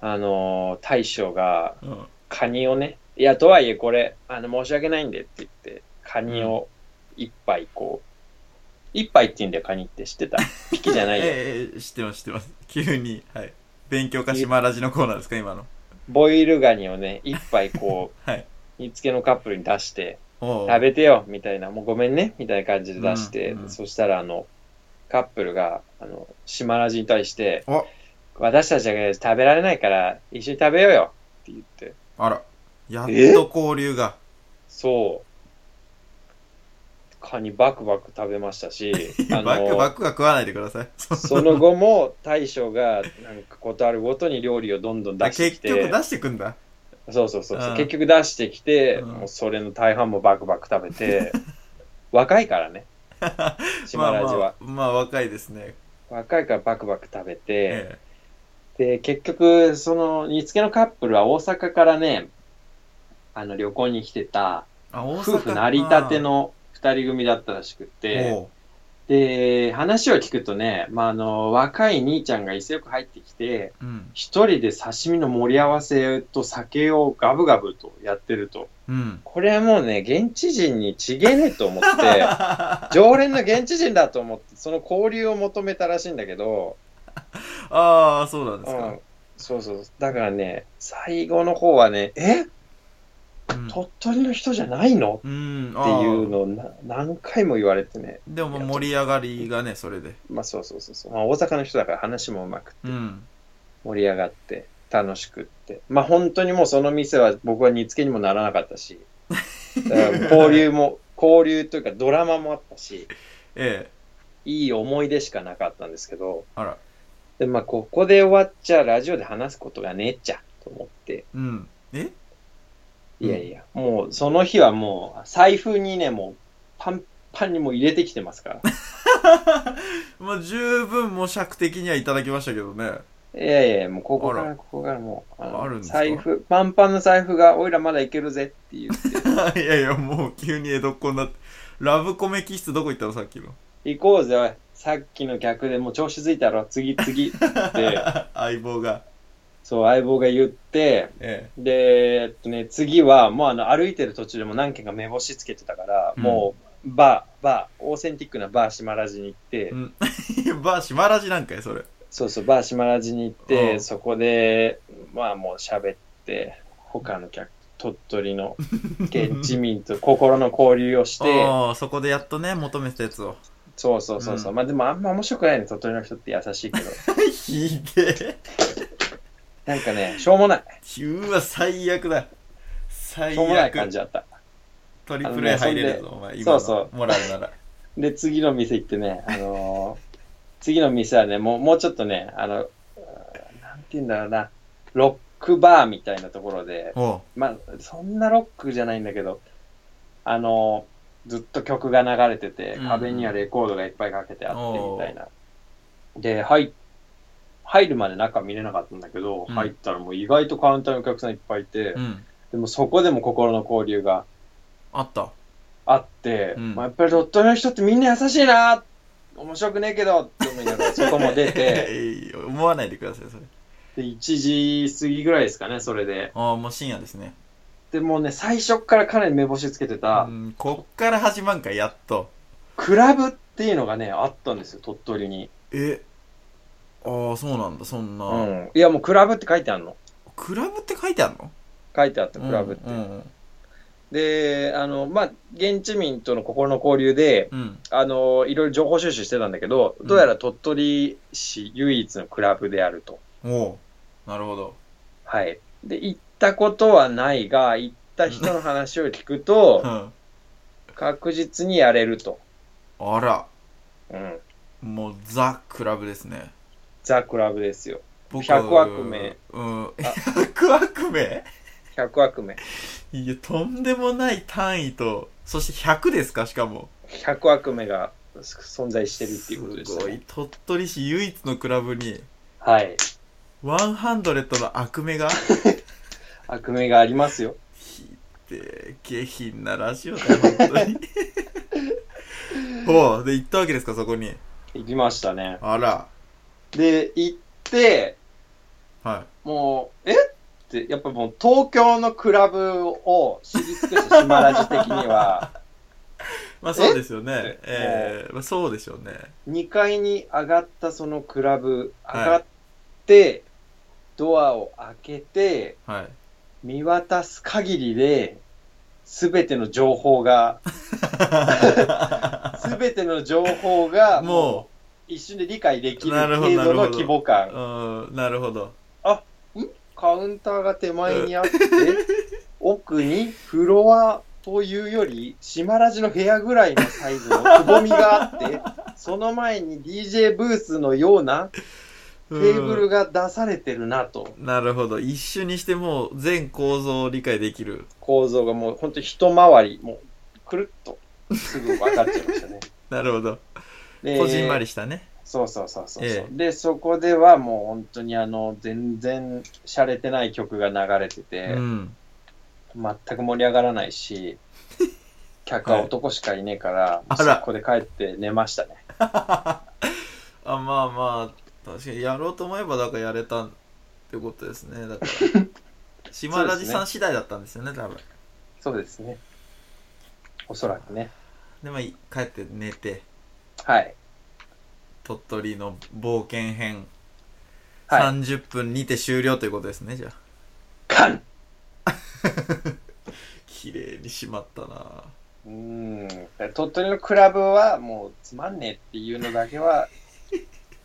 Speaker 1: あのー大将が
Speaker 2: うん
Speaker 1: カニをねいやとはいえこれあの申し訳ないんでって言ってカニを一杯こう一杯って言うんだよカニって知っ てたピキじゃないよ
Speaker 2: えええ知ってます知ってます急にはい勉強家島ラジのコーナーですか今の
Speaker 1: ボイルガニをね一杯こう
Speaker 2: はい
Speaker 1: 煮付けのカップルに出して
Speaker 2: おう
Speaker 1: 食べてよみたいな、もうごめんねみたいな感じで出して、
Speaker 2: うんうん
Speaker 1: そしたらあの、カップルが、あの、島ラジに対して
Speaker 2: お、
Speaker 1: 私たちが食べられないから一緒に食べようよって言って、
Speaker 2: あらやっ
Speaker 1: え
Speaker 2: と交流が、
Speaker 1: そう。カニバクバク食べましたし あ
Speaker 2: バックバッ
Speaker 1: の、
Speaker 2: クは食わないでください
Speaker 1: その後も大将が、なんかことあるごとに料理をどんどん出してき
Speaker 2: 結局
Speaker 1: て、
Speaker 2: 出してくんだ
Speaker 1: そうそうそうそう
Speaker 2: うん
Speaker 1: 結局出してきて、
Speaker 2: うん
Speaker 1: もうそれの大半もバクバク食べ て、若いからね、島ラジは。
Speaker 2: まあ、まあ、まあ若いですね
Speaker 1: 若いからバクバク食べて、
Speaker 2: え
Speaker 1: で、結局、その、煮付けのカップルは大阪からね、あの、旅行に来てた、
Speaker 2: あ大
Speaker 1: 夫婦成り立ての二人組だったらしくて、
Speaker 2: おう
Speaker 1: で、話を聞くとね、まあ、あの、若い兄ちゃんが威勢よく入ってきて、
Speaker 2: うん
Speaker 1: 一人で刺身の盛り合わせと酒をガブガブとやってると。
Speaker 2: うん
Speaker 1: これはもうね、現地人にちげえねえと思 って、常連の現地人だと思って、その交流を求めたらしいんだけど、
Speaker 2: ああそうなんです
Speaker 1: うん
Speaker 2: か、
Speaker 1: そうそう。だからね、最後の方はね、え
Speaker 2: うん
Speaker 1: 鳥取の人じゃないの
Speaker 2: うん
Speaker 1: っていうのをな何回も言われてね。
Speaker 2: でも盛り上がりがねそれで
Speaker 1: まあそうそうそうそう。まあ大阪の人だから話もうまくて、
Speaker 2: うん
Speaker 1: 盛り上がって、楽しくって。まあ本当にもうその店は僕は煮付けにもならなかっ たし、だから交流も、交流というかドラマもあったし、
Speaker 2: ええ
Speaker 1: いい思い出しかなかったんですけど、
Speaker 2: あら
Speaker 1: でまあここで終わっちゃラジオで話すことがねえっちゃと思って、
Speaker 2: うんえ
Speaker 1: いやいや、も うその日はもう財布にね、もうパンパンにもう入れてきてますから。
Speaker 2: まあ十分模索的にはいただきましたけどね
Speaker 1: いやいや、もうここか
Speaker 2: あ
Speaker 1: ら
Speaker 2: ら
Speaker 1: ここからもう、あ
Speaker 2: あるんですか
Speaker 1: 財布、パンパンの財布が、おいらまだいけるぜって 言って、
Speaker 2: いやいや、もう急に江戸っ子になって。ラブコメ気質どこ行ったのさっきの。
Speaker 1: 行こうぜ、おい。さっきの客でもう調子づいたろ、次次って言って、
Speaker 2: 相棒が。
Speaker 1: そう、相棒が言って、
Speaker 2: え
Speaker 1: で、えっとね、次は、もうあの、歩いてる途中でも何軒か目星つけてたから、
Speaker 2: うん
Speaker 1: もう、バー、バー、オーセンティックなバー島ラジに行って、
Speaker 2: え。うん。いや バー、島ラジなんかや、それ。
Speaker 1: そうそう、バー島ラジに行っ
Speaker 2: う
Speaker 1: て、
Speaker 2: ん
Speaker 1: そこで、まあもう喋って、他の客、鳥 取の現地民と心の交流をして、
Speaker 2: ああ、そこでやっとね、求めてたやつ を。
Speaker 1: そうそうそうそう、
Speaker 2: うん
Speaker 1: まあでもあんま面白くないね、鳥取の人って優しいけど。
Speaker 2: ひで
Speaker 1: なんかね、しょうもない。
Speaker 2: え。うわ、最悪だ。最
Speaker 1: しょうもない
Speaker 2: 悪。
Speaker 1: 感じだった。
Speaker 2: トリプル A 入れるぞ、お前。今
Speaker 1: そ
Speaker 2: の
Speaker 1: うそう
Speaker 2: もらうなら。
Speaker 1: で、次の店行ってね、あのー 次の店はね、もう、もうちょっとね、あの、うーなんて言うんだろうな、ロックバーみたいなところで、
Speaker 2: お う
Speaker 1: まあ、そんなロックじゃないんだけど、あのーずっと曲が流れてて
Speaker 2: う、ん
Speaker 1: 壁にはレコードがいっぱいかけてあって、
Speaker 2: おー
Speaker 1: みたいな。で、入、入るまで中見れなかったんだけど、
Speaker 2: うん
Speaker 1: 入ったらもう意外とカウンターのお客さんいっぱいいて、
Speaker 2: うん。
Speaker 1: でもそこでも心の交流が
Speaker 2: あった。
Speaker 1: あって、
Speaker 2: うん
Speaker 1: まあ、やっぱり鳥取の人ってみんな優しいな面白くねえけどって思いながらそこも出て
Speaker 2: ええ思わないでください、それ。
Speaker 1: で1時過ぎぐらいですかねそれで
Speaker 2: ああ、もう深夜ですね。
Speaker 1: でもうね最初っから彼に目星つけてた、
Speaker 2: うん、こっから始まんか、やっと。
Speaker 1: クラブっていうのがねあったんですよ鳥取に、
Speaker 2: え。ああ、そうなんだ、そんな。
Speaker 1: うん、いやもうクラブって書いてあるの
Speaker 2: クラブって書いてあるの
Speaker 1: 書いてあったクラブって、
Speaker 2: うんうん
Speaker 1: であのまあ現地民との心の交流で
Speaker 2: うん
Speaker 1: あのいろいろ情報収集してたんだけどどうやら鳥取市唯一のクラブであると
Speaker 2: うんおうなるほど
Speaker 1: はい。で、行ったことはないが、行った人の話を聞くと
Speaker 2: う、ん
Speaker 1: 確実にやれると。
Speaker 2: あら
Speaker 1: うん。
Speaker 2: もうザ・クラブですね
Speaker 1: ザ・クラブですよ。
Speaker 2: 僕は
Speaker 1: 100悪名
Speaker 2: うん100悪名
Speaker 1: 100枠目。
Speaker 2: いやとんでもない単位とそして100ですかしかも
Speaker 1: 100枠目が存在してるっていうことですす
Speaker 2: ご
Speaker 1: ね
Speaker 2: い。鳥取市唯一のクラブに
Speaker 1: はい。
Speaker 2: 100の悪名が
Speaker 1: 悪名がありますよ。
Speaker 2: ひでえ下品なラジオだよ本当 にほうで行ったわけですかそこに
Speaker 1: 行きましたね。
Speaker 2: あら
Speaker 1: で、行って、
Speaker 2: は
Speaker 1: もう、えって、やっぱもう東京のクラブを知り尽くした島ラジ的に は、
Speaker 2: いまあそうですよ
Speaker 1: え
Speaker 2: ねええまあそうでしょうね
Speaker 1: 2階に上がったそのクラブ、
Speaker 2: はい
Speaker 1: 上がって、ドアを開けて、
Speaker 2: はい
Speaker 1: 見渡す限りで、すべての情 報が、すべての情報が、う
Speaker 2: も
Speaker 1: 一瞬で理解できる
Speaker 2: なるほど
Speaker 1: 程度
Speaker 2: な
Speaker 1: の
Speaker 2: るほど
Speaker 1: 規模
Speaker 2: う、う
Speaker 1: 感。
Speaker 2: ーん、なるほど。
Speaker 1: カウンターが手前に あって、奥にフロアというより、島ラジの部屋ぐらいのサイズのくぼみがあって、その前に DJ ブースのような
Speaker 2: テ
Speaker 1: テーブルが出されてるなと。
Speaker 2: なるほど。一緒にしてもう全構造を理解できる。
Speaker 1: 構造がもう本当一回り、もうくるっとすぐ分かっちゃいまし たね。
Speaker 2: なるほど。
Speaker 1: で
Speaker 2: こじんまりしたね。
Speaker 1: そうそうそうそうそ
Speaker 2: ええ
Speaker 1: う、で、そこではもう本当にあの、全然洒落てない曲が流れてて、
Speaker 2: うん。
Speaker 1: 全く盛り上がらないし、 客は男しかいねえから、
Speaker 2: あら
Speaker 1: そこで帰って寝ましたね。
Speaker 2: あ、まあまあ、確かにやろうと思えば、だからやれたってことですね。だから。 島ラジさん次第だったんですよね、多分。
Speaker 1: そうですね。おそらくね。
Speaker 2: で、まあ、帰って寝て、
Speaker 1: はい。
Speaker 2: 鳥取の冒険編、
Speaker 1: はい。
Speaker 2: 30分にて終了ということですね、じゃあ。
Speaker 1: かん
Speaker 2: 綺麗に閉まったな
Speaker 1: うん。鳥取のクラブはもうつまんねえっていうのだ けは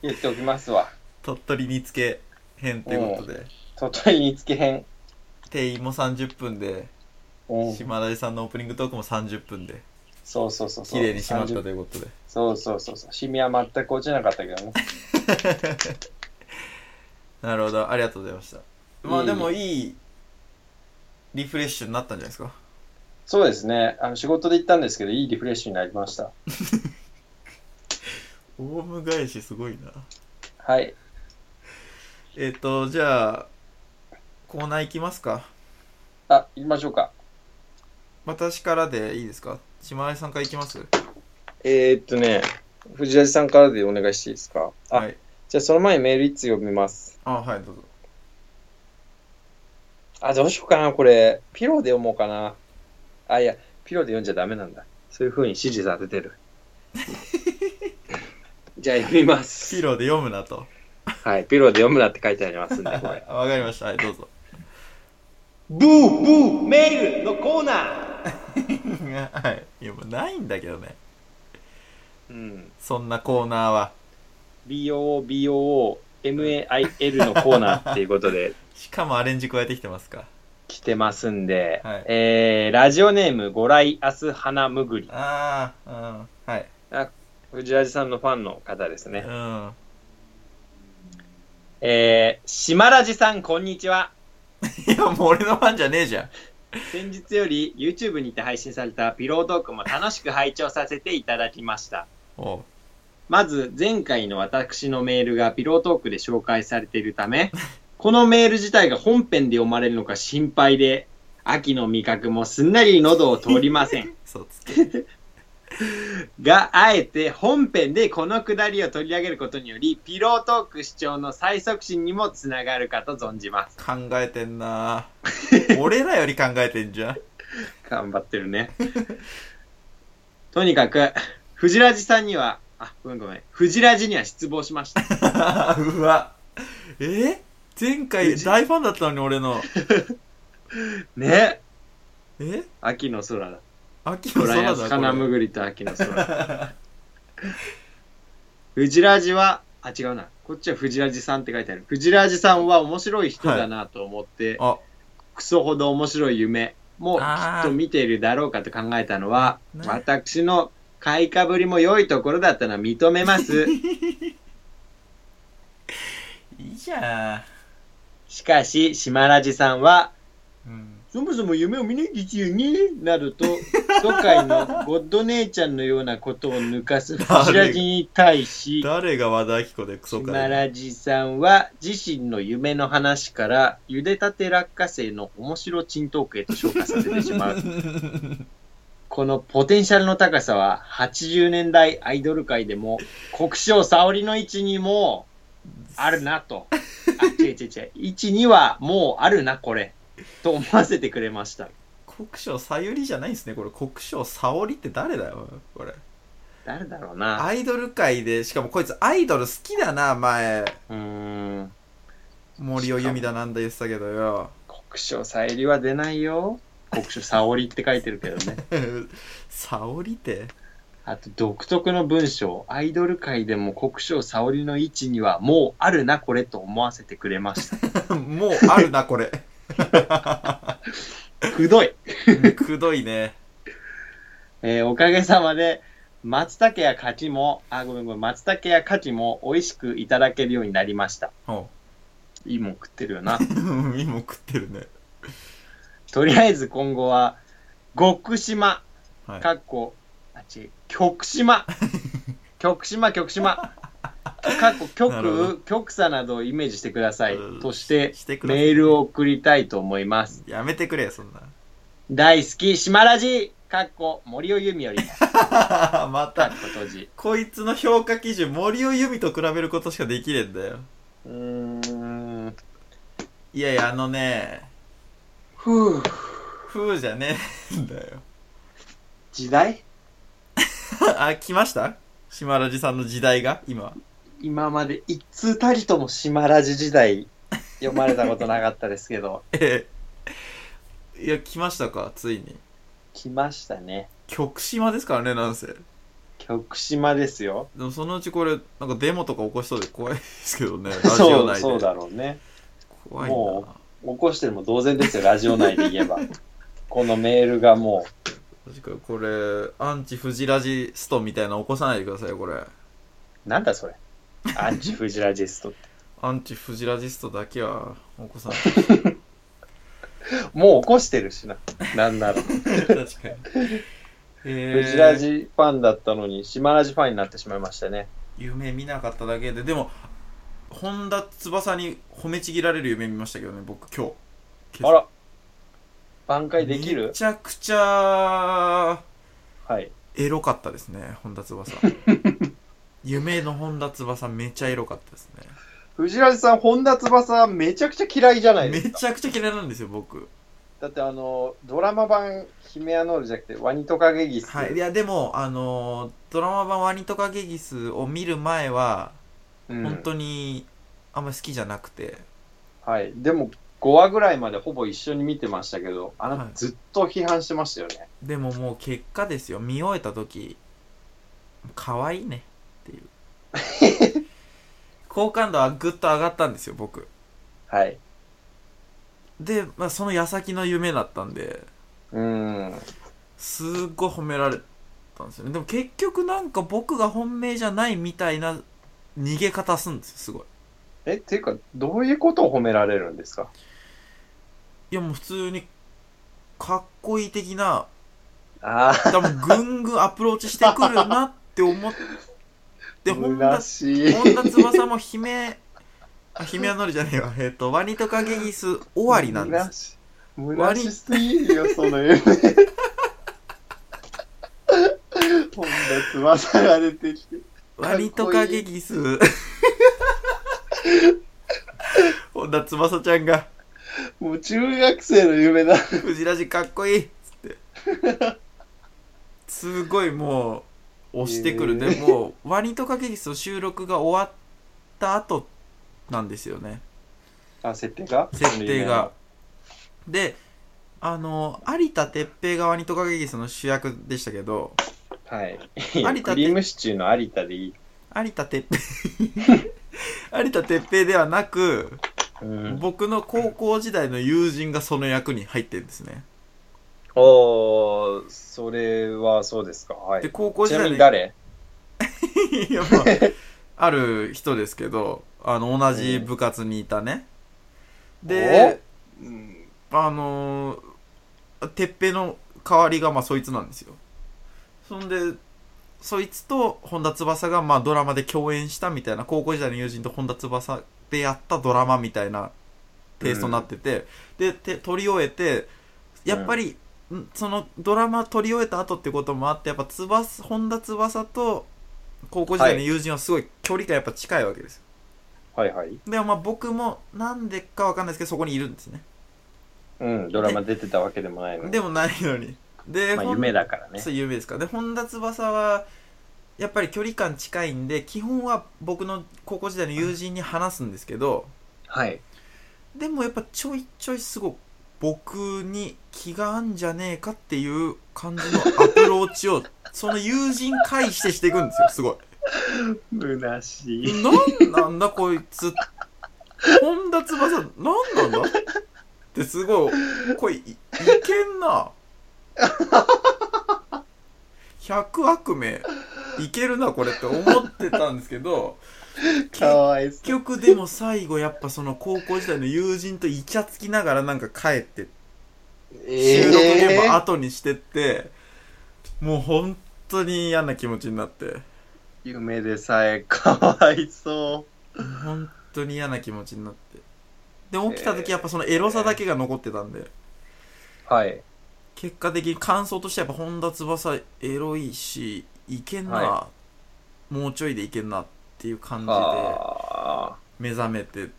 Speaker 1: 言っておきますわ。
Speaker 2: 鳥取煮付け編ということで。
Speaker 1: 鳥取につけへん。
Speaker 2: 店員も30分で、
Speaker 1: うん
Speaker 2: 島田さんのオープニングトークも30分で
Speaker 1: そうそうそうそう。
Speaker 2: 綺麗にしまった
Speaker 1: 30
Speaker 2: ということで
Speaker 1: そうそうそうそう。シミは全く落ちなかったけどね。
Speaker 2: なるほどありがとうございましたま
Speaker 1: う
Speaker 2: あ
Speaker 1: ん
Speaker 2: でもいいリフレッシュになったんじゃないですか
Speaker 1: そうですね。あの仕事で行ったんですけど、いいリフレッシュになりました。
Speaker 2: オウム返しすごいな。
Speaker 1: はい。
Speaker 2: えっ、と、じゃあ、コーナー行きますか。
Speaker 1: あ、行きましょうか。
Speaker 2: 私からでいいですか島井さんから行きます
Speaker 1: えー、っとね、藤田さんからでお願いしていいですか。あ、
Speaker 2: はい。
Speaker 1: じゃあその前にメール一通読みます。
Speaker 2: あ、はい、どうぞ。
Speaker 1: あ、どうしようかな、これ。ピローで読もうかな。あ、いや、ピローで読んじゃダメなんだ。そういう風に指示されてる。 じゃあ読みます。
Speaker 2: ピローで読むなと。
Speaker 1: はい、ピローで読むなって書いてありますんで、これ。
Speaker 2: わかりました。はい、どうぞ。
Speaker 1: ブーブーメールのコーナー
Speaker 2: はい。いや、もうないんだけどね。
Speaker 1: うん。
Speaker 2: そんなコーナーは。
Speaker 1: BOO、BOO、MAIL のコーナーっていうことで
Speaker 2: しかもアレンジ加えてきてますか。
Speaker 1: 来てますん で、
Speaker 2: はい
Speaker 1: えー、ラジオネーム、ご来明日花むぐり。
Speaker 2: ああ、うん。はい。
Speaker 1: 藤ラジさんのファンの方ですね
Speaker 2: う。ん。
Speaker 1: えー、島ラジさん、こんにちは。
Speaker 2: いや、もう俺のファンじゃねえじゃん。
Speaker 1: 先日より YouTube にて配信されたピロートークも楽しく拝聴させていただきました。
Speaker 2: おう
Speaker 1: まず、前回の私のメールがピロートークで紹介されているため、このメール自体が本編で読まれるのか心配で、秋の味覚もすんなり喉を通りません。
Speaker 2: そうつけ。
Speaker 1: があえて本編でこのくだりを取り上げることによりピロートーク視聴の再促進にもつながるかと存じます
Speaker 2: 考えてんな俺らより考えてんじゃん。
Speaker 1: 頑張ってるね とにかく藤ラジさんにはあごめんごめん藤ラジには失望しました
Speaker 2: うわ。え前回大ファンだったのに俺の。
Speaker 1: ね
Speaker 2: え
Speaker 1: 秋の空だ
Speaker 2: 秋の
Speaker 1: トライ
Speaker 2: 空
Speaker 1: アス
Speaker 2: だ
Speaker 1: カナムグリと秋の空藤ラジはあ違うなこっちは藤ラジさんって書いてある藤ラジさんは面白い人だなと思って、
Speaker 2: あ、
Speaker 1: クソほど面白い夢もきっと見ているだろうかと考えたのは
Speaker 2: あーね
Speaker 1: 私の買いかぶりも良いところだったのは認めます
Speaker 2: いいじゃ
Speaker 1: しかし島ラジさんは
Speaker 2: ん。うん。
Speaker 1: そもそも夢を見ないですよねなる と都会のゴッド姉ちゃんのようなことを抜かす
Speaker 2: 誰
Speaker 1: 藤ラジに対し
Speaker 2: 誰が和田アキ子でクソか
Speaker 1: 島
Speaker 2: よ
Speaker 1: ラジさんは自身の夢の話から茹でたて落花生の面白珍トークへと昇華させてしまうこのポテンシャルの高さは80年代アイドル界でも国生沙織の位置にもあるなと。あ、違う違う違う。位置にはもうあるな、これ。と思わせてくれました。
Speaker 2: 国章さゆりじゃないんですね。これ国章さおりって誰だよ、これ。
Speaker 1: 誰だろうな。
Speaker 2: アイドル界で、しかもこいつアイドル好きだな、前。
Speaker 1: うーん。
Speaker 2: 森尾由美だなんだ言ってたけどよ。
Speaker 1: 国生沙織は出ないよ。国生沙織って書いてるけどね。
Speaker 2: さおりって。
Speaker 1: あと、独特の文章。アイドル界でも国生沙織の位置にはもうあるな、これと思わせてくれました。
Speaker 2: もうあるな、こ れ。
Speaker 1: くどい。
Speaker 2: くどいね。
Speaker 1: えーおかげさまで、松茸や柿も、あ、ごめんごめん、松茸や柿も美味しくいただけるようになりました。
Speaker 2: お
Speaker 1: いいもん食ってる よな。
Speaker 2: うん、今食ってるね。
Speaker 1: とりあえず今後は、極島、
Speaker 2: はい
Speaker 1: かっこ、あ、違う、極島、極島、極 島、かっこ、
Speaker 2: なるほど
Speaker 1: 極、極左などをイメージしてください
Speaker 2: うん。
Speaker 1: として、
Speaker 2: してください
Speaker 1: メールを送りたいと思います。
Speaker 2: やめてくれよ、そんな。
Speaker 1: 大好き、島ラジ、かっこ、森尾由美より、かっ
Speaker 2: また、
Speaker 1: こ閉じ。
Speaker 2: こいつの評価基準、森尾由美と比べることしかできねえんだよ。
Speaker 1: うーん、
Speaker 2: いやいや、あのね、
Speaker 1: ふぅ。
Speaker 2: ふうじゃねえんだよ。
Speaker 1: 時代
Speaker 2: あ、来ました島ラジさんの時代が今。
Speaker 1: 今まで一通たりとも島ラジ時代読まれたことなかったですけど
Speaker 2: ええ。いや、来ましたか、ついに。
Speaker 1: 来ましたね
Speaker 2: 極島ですからね、なんせ。で
Speaker 1: 極島ですよ
Speaker 2: もそのうちこれ、なんかデモとか起こしそうで怖いですけど ね、ラジオ内
Speaker 1: そう
Speaker 2: で。
Speaker 1: そうだろうね
Speaker 2: 怖い
Speaker 1: も
Speaker 2: な。
Speaker 1: 起こしてるも同然ですよラジオ内 で言えばこのメールがも
Speaker 2: 確かにこれ、アンチフジラジストみたいなの起こさないでくださいよ、これ。
Speaker 1: うなんだそれアンチフジラジストって
Speaker 2: アンチフジラジストだけは起こさない。
Speaker 1: もう起こしてるしななんなら
Speaker 2: 確かに。えー
Speaker 1: フジラジファンだったのに島ラジファンになってしまいましたね
Speaker 2: い夢見なかっただけででも本田翼に褒めちぎられる夢見ましたけどね僕今日今朝
Speaker 1: あら、挽回でき
Speaker 2: め
Speaker 1: る
Speaker 2: ちゃくちゃ
Speaker 1: はい。
Speaker 2: エロかったですね本田 翼夢の本田翼めちゃエロかったですね
Speaker 1: 藤原さん、本田翼めちゃくちゃ嫌いじゃないで
Speaker 2: め
Speaker 1: すか。
Speaker 2: ちゃくちゃ嫌いなんですよ僕
Speaker 1: だってあの、ドラマ版、ヒメアノールじゃなくて、ワニトカゲギス。
Speaker 2: はいいやでもあのドラマ版「ワニトカゲギス」を見る前は
Speaker 1: うん
Speaker 2: 本当にあんまり好きじゃなくて、
Speaker 1: はい。でも、5話ぐらいまでほぼ一緒に見てましたけど、あ
Speaker 2: は
Speaker 1: の
Speaker 2: い、
Speaker 1: ずっと批判してましたよね。
Speaker 2: でももう結果ですよ見終えた時可愛いねっていう 好感度はぐっと上がったんですよ僕
Speaker 1: はい。
Speaker 2: で、まあ、その矢先の夢だったんで
Speaker 1: うーん。
Speaker 2: すっごい褒められたんですよねでも結局なんか僕が本命じゃないみたいな逃げ方すんですよすごい
Speaker 1: え、っていうか、どういうことを褒められるんですか
Speaker 2: いやもう普通にかっこいい的な
Speaker 1: ああ、
Speaker 2: 多分ぐんぐんアプローチしてくるなって思って本田
Speaker 1: 虚しい。
Speaker 2: 本田翼も姫あ姫はのりじゃねえわえっ、とワニとカゲギス終わりなんです
Speaker 1: す。虚 しすぎるよ、その夢。本田翼が出てきて。
Speaker 2: ワニとカゲギス本田翼ちゃんが
Speaker 1: もう中学生の夢だ。
Speaker 2: 「藤ラジかっこいい」っつってすごいもう押してくる、
Speaker 1: へえ
Speaker 2: でもワニとカゲギスの収録が終わった後なんですよね
Speaker 1: あ、設定が
Speaker 2: 設定が。。であの有田哲平がワニとカゲギスの主役でしたけど
Speaker 1: はい。
Speaker 2: 有田
Speaker 1: クリームシチューの有田でいい。
Speaker 2: 有田哲平 有田哲平ではなく、
Speaker 1: うん、
Speaker 2: 僕の高校時代の友人がその役に入ってるんですね
Speaker 1: おー、それはそうですか。は
Speaker 2: で
Speaker 1: い。
Speaker 2: 高校
Speaker 1: ち
Speaker 2: 時
Speaker 1: な
Speaker 2: 代
Speaker 1: み
Speaker 2: の
Speaker 1: に誰
Speaker 2: いやまあある人ですけどあの同じ部活にいたね、で
Speaker 1: うん
Speaker 2: あのー哲平の代わりがまあそいつなんですよそんでそいつと本田翼がまあドラマで共演したみたいな高校時代の友人と本田翼でやったドラマみたいなテイストになってて、でて撮り終えてやっぱり、んそのドラマ撮り終えた後ってこともあってやっぱ翼本田翼と高校時代の友人はすごい距離がやっぱ近いわけですよ、
Speaker 1: はいはい。
Speaker 2: でもまあ僕もなんでかわかんないですけどそこにいるんですね
Speaker 1: うん、ドラマ出てたわけでもないのに。
Speaker 2: でもないのにで、
Speaker 1: まあ
Speaker 2: ほん
Speaker 1: 夢だからね。
Speaker 2: そう有名ですかで本田翼はやっぱり距離感近いんで基本は僕の高校時代の友人に話すんですけど、
Speaker 1: はい。
Speaker 2: でもやっぱちょいちょいすごく僕に気があんじゃねえかっていう感じのアプローチをその友人介してしていくんですよすご
Speaker 1: 虚しい。
Speaker 2: いなんなんだこいつ本田翼なんなんだってすごいこれいいけんな100悪名いけるなこれって思ってたんですけど
Speaker 1: かわい
Speaker 2: 結
Speaker 1: そ
Speaker 2: 局でも最後やっぱその高校時代の友人とイチャつきながらなんか帰って
Speaker 1: う。
Speaker 2: 収録現場
Speaker 1: あ
Speaker 2: 後にしてって、もう本当に嫌な気持ちになって
Speaker 1: 夢でさえかわいそ
Speaker 2: 本当に嫌な気持ちになってで起きた時やっぱそのエロさだけが残ってたんで
Speaker 1: う。はい。
Speaker 2: 結果的に感想としてはやっぱ本田翼エロいしいけんな、
Speaker 1: は
Speaker 2: もうちょいでいけんなっていう感じで
Speaker 1: ああ。
Speaker 2: 目覚めて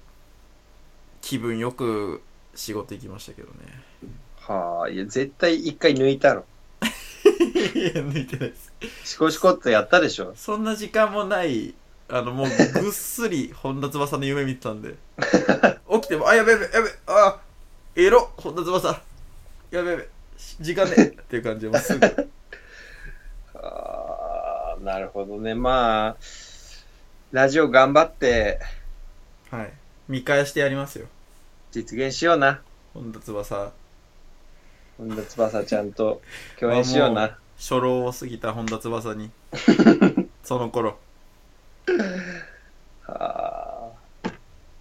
Speaker 2: 気分よく仕事行きましたけどね
Speaker 1: はあ。いや、絶対一回抜いたろ。
Speaker 2: いや抜いてないです
Speaker 1: シコシコっとやったでしょ。
Speaker 2: そんな時間もないあのも うぐっすり本田翼の夢見てたんで起きてもあやべやべやべあエロ本田翼やべやべし時間ねえっていう感じでもうすぐ
Speaker 1: ああ、なるほどね。まあ、ラジオ頑張って
Speaker 2: はい見返してやりますよ
Speaker 1: 実現しような。
Speaker 2: 本田翼
Speaker 1: 本田翼ちゃんと共演しよう
Speaker 2: まあ
Speaker 1: な。
Speaker 2: 初老を過ぎた本田翼にその頃
Speaker 1: ああ。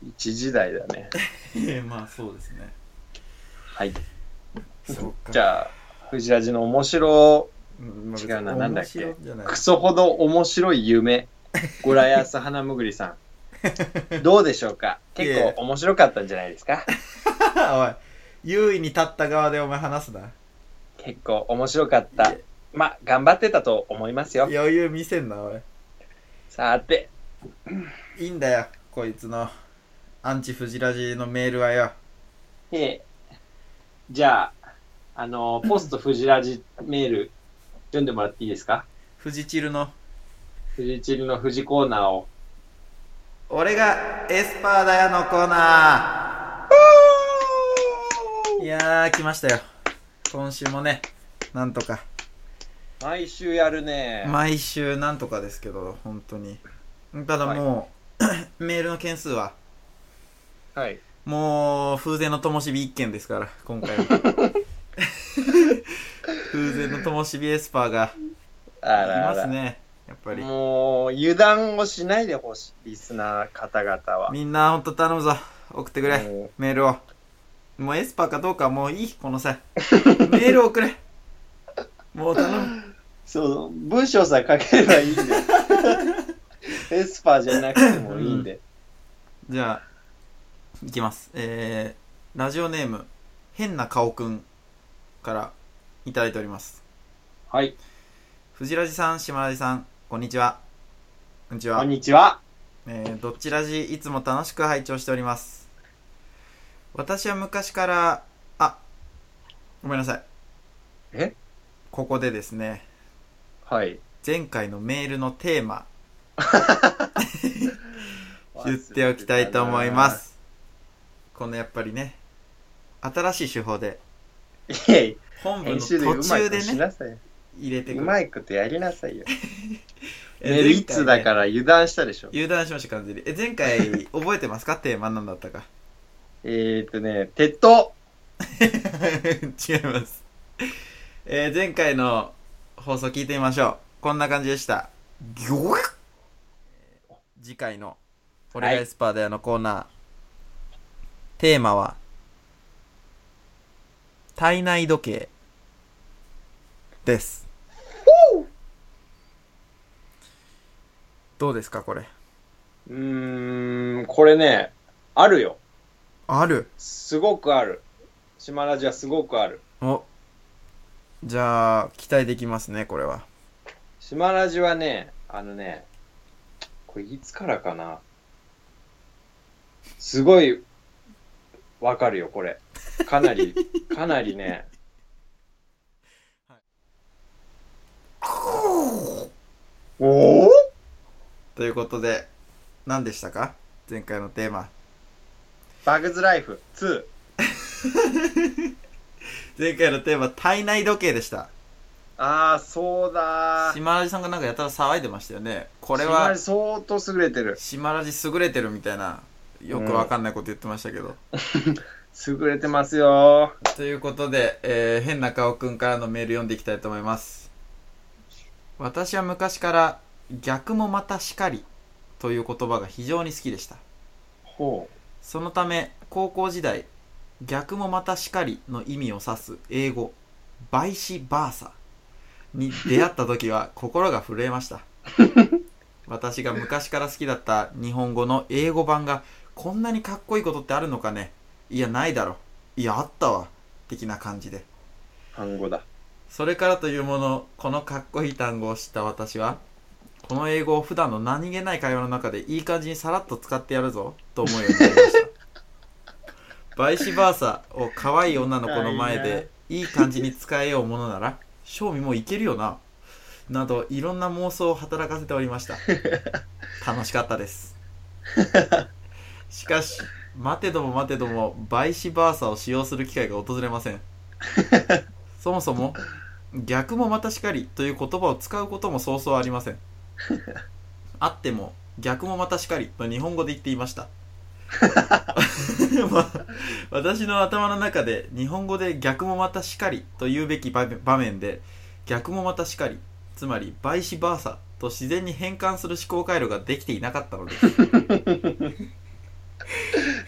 Speaker 1: 一時代だね。
Speaker 2: ええまあそうですね
Speaker 1: はい。
Speaker 2: そうか
Speaker 1: じ
Speaker 2: あ、
Speaker 1: ゃあ、藤ラジの面白、
Speaker 2: うんまあ、
Speaker 1: 違うななんだっけ
Speaker 2: 面白いんじゃない
Speaker 1: クソほど面白い夢ゴラヤス花むぐりさ ん。どうでしょうか結
Speaker 2: いえ
Speaker 1: 構面白かったんじゃないですか
Speaker 2: おい、優位に立った側でお前話すな。
Speaker 1: 結構面白かった。まあ、頑張ってたと思いますよ。
Speaker 2: 余裕見せんな、おい。
Speaker 1: さて、
Speaker 2: いいんだよ、こいつの。アンチフジラジのメールはよ。
Speaker 1: ええじゃあ、あの、ポストフジラジメール読んでもらっていいですか
Speaker 2: フジチルの。
Speaker 1: フジチルのフジコーナーを。
Speaker 2: 俺がエスパーだよのコーナー。いやー、来ましたよ。今週もね、なんとか。
Speaker 1: 毎週やるね。
Speaker 2: 毎週なんとかですけど、本当に。ただもう、 メールの件数は、
Speaker 1: はい。
Speaker 2: もう、風前の灯火一件ですから、今回は。風前の灯火エスパーが
Speaker 1: あ
Speaker 2: い
Speaker 1: ら
Speaker 2: ま
Speaker 1: あ
Speaker 2: す
Speaker 1: ら。
Speaker 2: ね。やっぱり。
Speaker 1: もう、油断をしないでほしい、リスナー方々は。
Speaker 2: みんな、ほんと頼むぞ。送ってくれ。
Speaker 1: も
Speaker 2: メールを。もうエスパーかどうかはもういい、この 際。メールをくれ。もう頼む。
Speaker 1: うそう、文章さえ書ければいい んで。エスパーじゃなくてもいいんで。
Speaker 2: じゃあ、いきます。えー、ラジオネーム、変な顔くんからいただいております。
Speaker 1: はい。
Speaker 2: 藤ラジさん、島ラジさん、こんにちは。こんにちは。
Speaker 1: こんにちは。
Speaker 2: えーどっちラジいつも楽しく拝聴しております私は昔からあごめんなさい
Speaker 1: え
Speaker 2: ここでですね
Speaker 1: はい。
Speaker 2: 前回のメールのテーマ言っておきたいと思いま。すこのやっぱりね新しい手法で
Speaker 1: いやい
Speaker 2: 本
Speaker 1: や、
Speaker 2: 文の
Speaker 1: 編
Speaker 2: 途
Speaker 1: 集で
Speaker 2: 中で
Speaker 1: うまいことし
Speaker 2: ね
Speaker 1: なさいよ。
Speaker 2: 入れて
Speaker 1: う
Speaker 2: く
Speaker 1: まいことやりなさいよ。
Speaker 2: え
Speaker 1: メールいつだ
Speaker 2: 前回
Speaker 1: か
Speaker 2: ね
Speaker 1: ら油断したでしょ。
Speaker 2: 油断しました完全にえ前回覚えてますかテーマ何だったか
Speaker 1: えーとね、鉄塔。
Speaker 2: 違います、えー前回の放送聞いてみましょうこんな感じでしたギョワッ次回の「俺がエスパーだよ」のコーナー、テーマは「体内時計」ですどうですかこれ
Speaker 1: うーん、これね、あるよ。
Speaker 2: ある
Speaker 1: すごくある。島ラジはすごくある。
Speaker 2: おじゃあ期待できますねこれは
Speaker 1: 島ラジはね、あのね、これいつからかな。すごい、わかるよ、これ。かなり、かなりね。おお
Speaker 2: ということで何でしたか前回のテーマ
Speaker 1: バグズライフ2。
Speaker 2: 前回のテーマ体内時計でした
Speaker 1: ああ、そうだー。
Speaker 2: 島ラジさんがなんかやたら騒いでましたよねこ
Speaker 1: こ
Speaker 2: れ
Speaker 1: 島
Speaker 2: は
Speaker 1: ラジ相当優れてる。
Speaker 2: 島ラジ優れてるみたいなよくわかんないこと言ってましたけど、
Speaker 1: 優れてますよ
Speaker 2: ということで、えー変な顔くんからのメール読んでいきたいと思います私は昔から逆もまたしかりという言葉が非常に好きでした
Speaker 1: ー。ほう。
Speaker 2: そのため高校時代逆もまたしかりの意味を指す英語バイシバーサに出会った時は心が震えました私が昔から好きだった日本語の英語版がこんなにかっこいいことってあるのかねいやないだろいやあったわ的な感じで
Speaker 1: 単語だ。
Speaker 2: それからというものこのかっこいい単語を知った私はこの英語を普段の何気ない会話の中でいい感じにさらっと使ってやるぞと思うようになりました バイシバーサを可愛い女の子の前でいい感じに使えようものなら賞味もいけるよななどいろんな妄想を働かせておりました 楽しかったですしかし待てども待てどもバイシバーサを使用する機会が訪れま せんそもそも逆もまたしかりという言葉を使うこともそうそうありません あっても逆もまたしかりと日本語で言っていました まあ私の頭の中で日本語で逆もまたしかりと言うべき場面場面で逆もまたしかりつまりバイシバーサと自然に変換する思考回路ができていなかったのです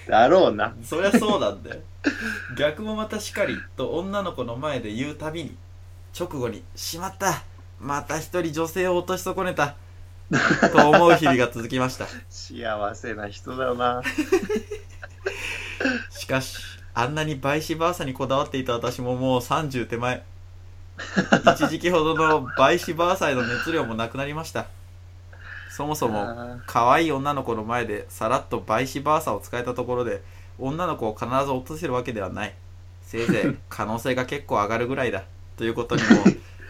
Speaker 1: だろうな。
Speaker 2: そりゃそうなんだよ逆もまたしかりと女の子の前で言うたびに直後に「しまったまた一人女性を落とし損ねたと思う日々が続きました。
Speaker 1: 幸せな人だな。
Speaker 2: しかし、あんなにバイシバーサにこだわっていた私ももう30手前。一時期ほどのバイシバーサへの熱量もなくなりました。そもそも、
Speaker 1: あ
Speaker 2: 可愛い女の子の前でさらっとバイシバーサを使えたところで、女の子を必ず落とせるわけではない。せいぜい可能性が結構上がるぐらいだ。ということにも、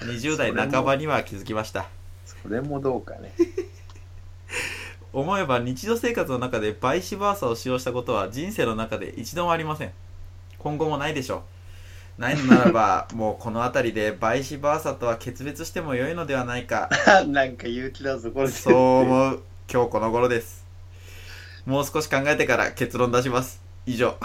Speaker 2: 20代半ばには気づきました。
Speaker 1: ーそれもどうかね。
Speaker 2: 思えば日常生活の中でバイシバーサを使用したことは人生の中で一度もありません今後もないでしょうないのならばもうこの辺りでバイシバーサとは決別しても良いのではないか
Speaker 1: なんか勇気だぞ、これ。
Speaker 2: そう思う今日この頃ですもう少し考えてから結論出します以上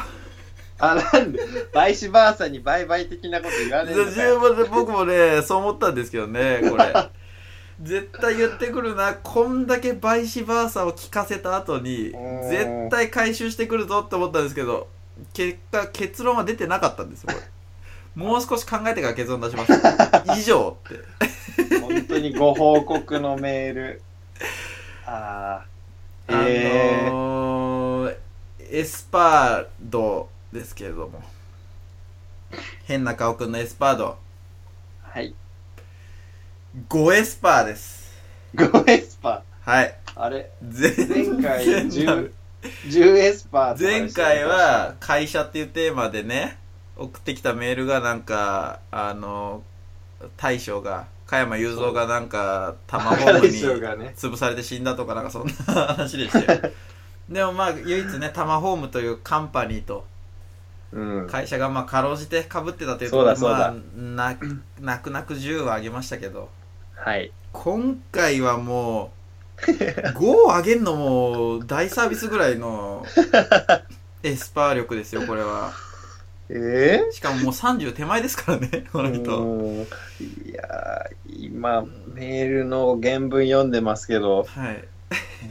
Speaker 1: あ、なんで、バイシバーサにバイバイ的なこと言わねえのか
Speaker 2: 十
Speaker 1: よ
Speaker 2: 分で僕もねそう思ったんですけどねこ れ絶対言ってくるなこんだけバイシバーサを聞かせた後に
Speaker 1: うん
Speaker 2: 絶対回収してくるぞって思ったんですけど結果結論は出てなかったんですよこれもう少し考えてから結論出しました以上って
Speaker 1: 本当にご報告のメール。あ
Speaker 2: あ
Speaker 1: あ。ええ
Speaker 2: のーエスパードですけれども変な顔くんのエスパード
Speaker 1: はい。
Speaker 2: 5エスパーです
Speaker 1: 5エスパ
Speaker 2: はい
Speaker 1: ー。あれ、
Speaker 2: 前
Speaker 1: 前回10、10エスパーとかで
Speaker 2: 前
Speaker 1: した
Speaker 2: 回、は会社っていうテーマでね送ってきたメールがなんかあの大将が加山雄三がなんか卵
Speaker 1: 赤
Speaker 2: に
Speaker 1: でしょうがね。
Speaker 2: 潰されて死んだとかなんかそんな話でしたよでもまあ唯一ねタマホームというカンパニーと
Speaker 1: うん。
Speaker 2: 会社がまあかろうじてかぶってたという
Speaker 1: そうだ
Speaker 2: ところでまあ
Speaker 1: そ
Speaker 2: な泣く泣く10はあげましたけど
Speaker 1: はい。
Speaker 2: 今回はもう 5を上げるのも大サービスぐらいのエスパー力ですよこれは
Speaker 1: ええ
Speaker 2: しかももう30手前ですからね この人
Speaker 1: うんいやー今メールの原文読んでますけど
Speaker 2: はい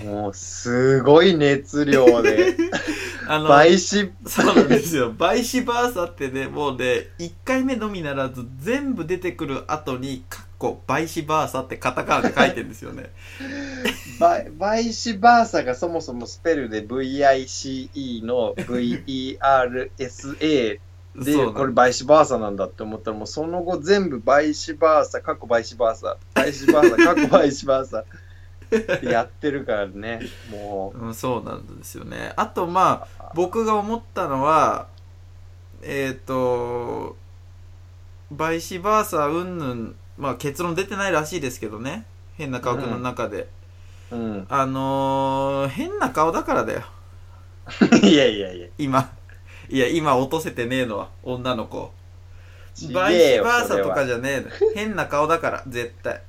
Speaker 1: もうすごい熱量 で
Speaker 2: あの
Speaker 1: 倍し
Speaker 2: そうなんですよバイシバーサってねもうね1回目のみならず全部出てくる後に「かっこバイシバーサ」ってカタカナで書いてるんですよね
Speaker 1: 倍倍しバーサがそもそもスペルで VICE の VERSA で
Speaker 2: そう
Speaker 1: こ
Speaker 2: な
Speaker 1: れ
Speaker 2: ん
Speaker 1: 倍しバーサなんだって思ったらもうその後全部倍しバーサかっこ倍しバーサ倍しバーサかっこ倍しバ ーサってやってるからねも
Speaker 2: うん、そうなんですよねあとまあ僕が思ったのはえっ、とバイシバーサうんぬんまあ結論出てないらしいですけどね変な顔くんの中で、
Speaker 1: う、うん、
Speaker 2: あのー変な顔だからだよ
Speaker 1: いやいやいや
Speaker 2: 今いや今落とせてねえのは女の子
Speaker 1: ち
Speaker 2: バイ
Speaker 1: げえ
Speaker 2: シ
Speaker 1: よ
Speaker 2: バー
Speaker 1: そ
Speaker 2: サ
Speaker 1: れ
Speaker 2: と
Speaker 1: は
Speaker 2: かじゃねえの変な顔だから絶対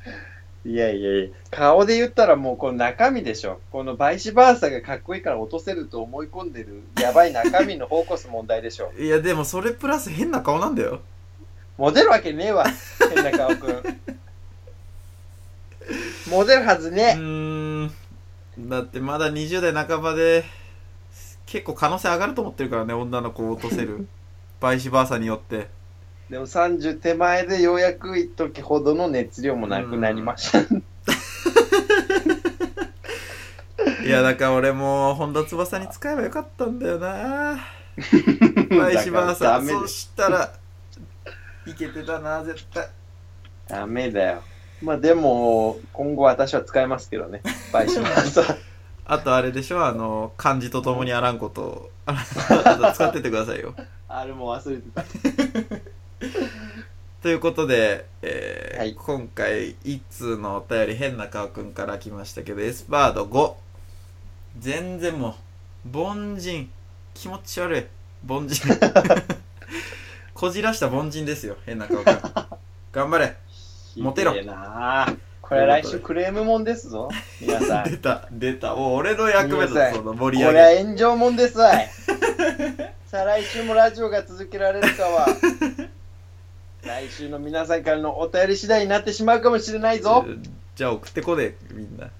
Speaker 1: いやいやいや、顔で言ったらもうこの中身でしょ。このバイシバーサがかっこいいから落とせると思い込んでる、やばい中身の方こそ問題でしょ。
Speaker 2: いやでもそれプラス変な顔なんだよ
Speaker 1: モデルわけねえわ、変な顔くん。モデルはず
Speaker 2: う
Speaker 1: ね。
Speaker 2: ーんだってまだ20代半ばで結構可能性上がると思ってるからね女の子を落とせ るバイシバーサによって
Speaker 1: でも30手前でようやく一時ほどの熱量もなくなりました。
Speaker 2: いやだから俺も本田翼に使えばよかったんだよ なバイシバー
Speaker 1: だから
Speaker 2: サ
Speaker 1: ダメ
Speaker 2: そ
Speaker 1: で
Speaker 2: したらいけてたな絶対
Speaker 1: ダメだよ。まあでも、今後私は使いますけどね。バイシバーサ。
Speaker 2: あとあれでしょあの漢字とともにあらんことをあらあと使ってってくださいよ
Speaker 1: あれも忘れてた。
Speaker 2: ということで、えー
Speaker 1: はい
Speaker 2: 今回一通のお便り変な顔くんから来ましたけどエスパード5全然もう凡人気持ち悪い凡人 こじらした凡人ですよ変な顔くん頑張れモテろ
Speaker 1: ひでえなあこれ来週クレームもんですぞ。皆さん。
Speaker 2: 出た出たお俺の役目
Speaker 1: ごめんな
Speaker 2: だ
Speaker 1: さい
Speaker 2: その盛り
Speaker 1: こ
Speaker 2: 上
Speaker 1: れは
Speaker 2: げ
Speaker 1: 炎上もんですわ いさあ来週もラジオが続けられるか は来週の皆さんからのお便り次第になってしまうかもしれないぞ
Speaker 2: じゃあ送ってこねえみんな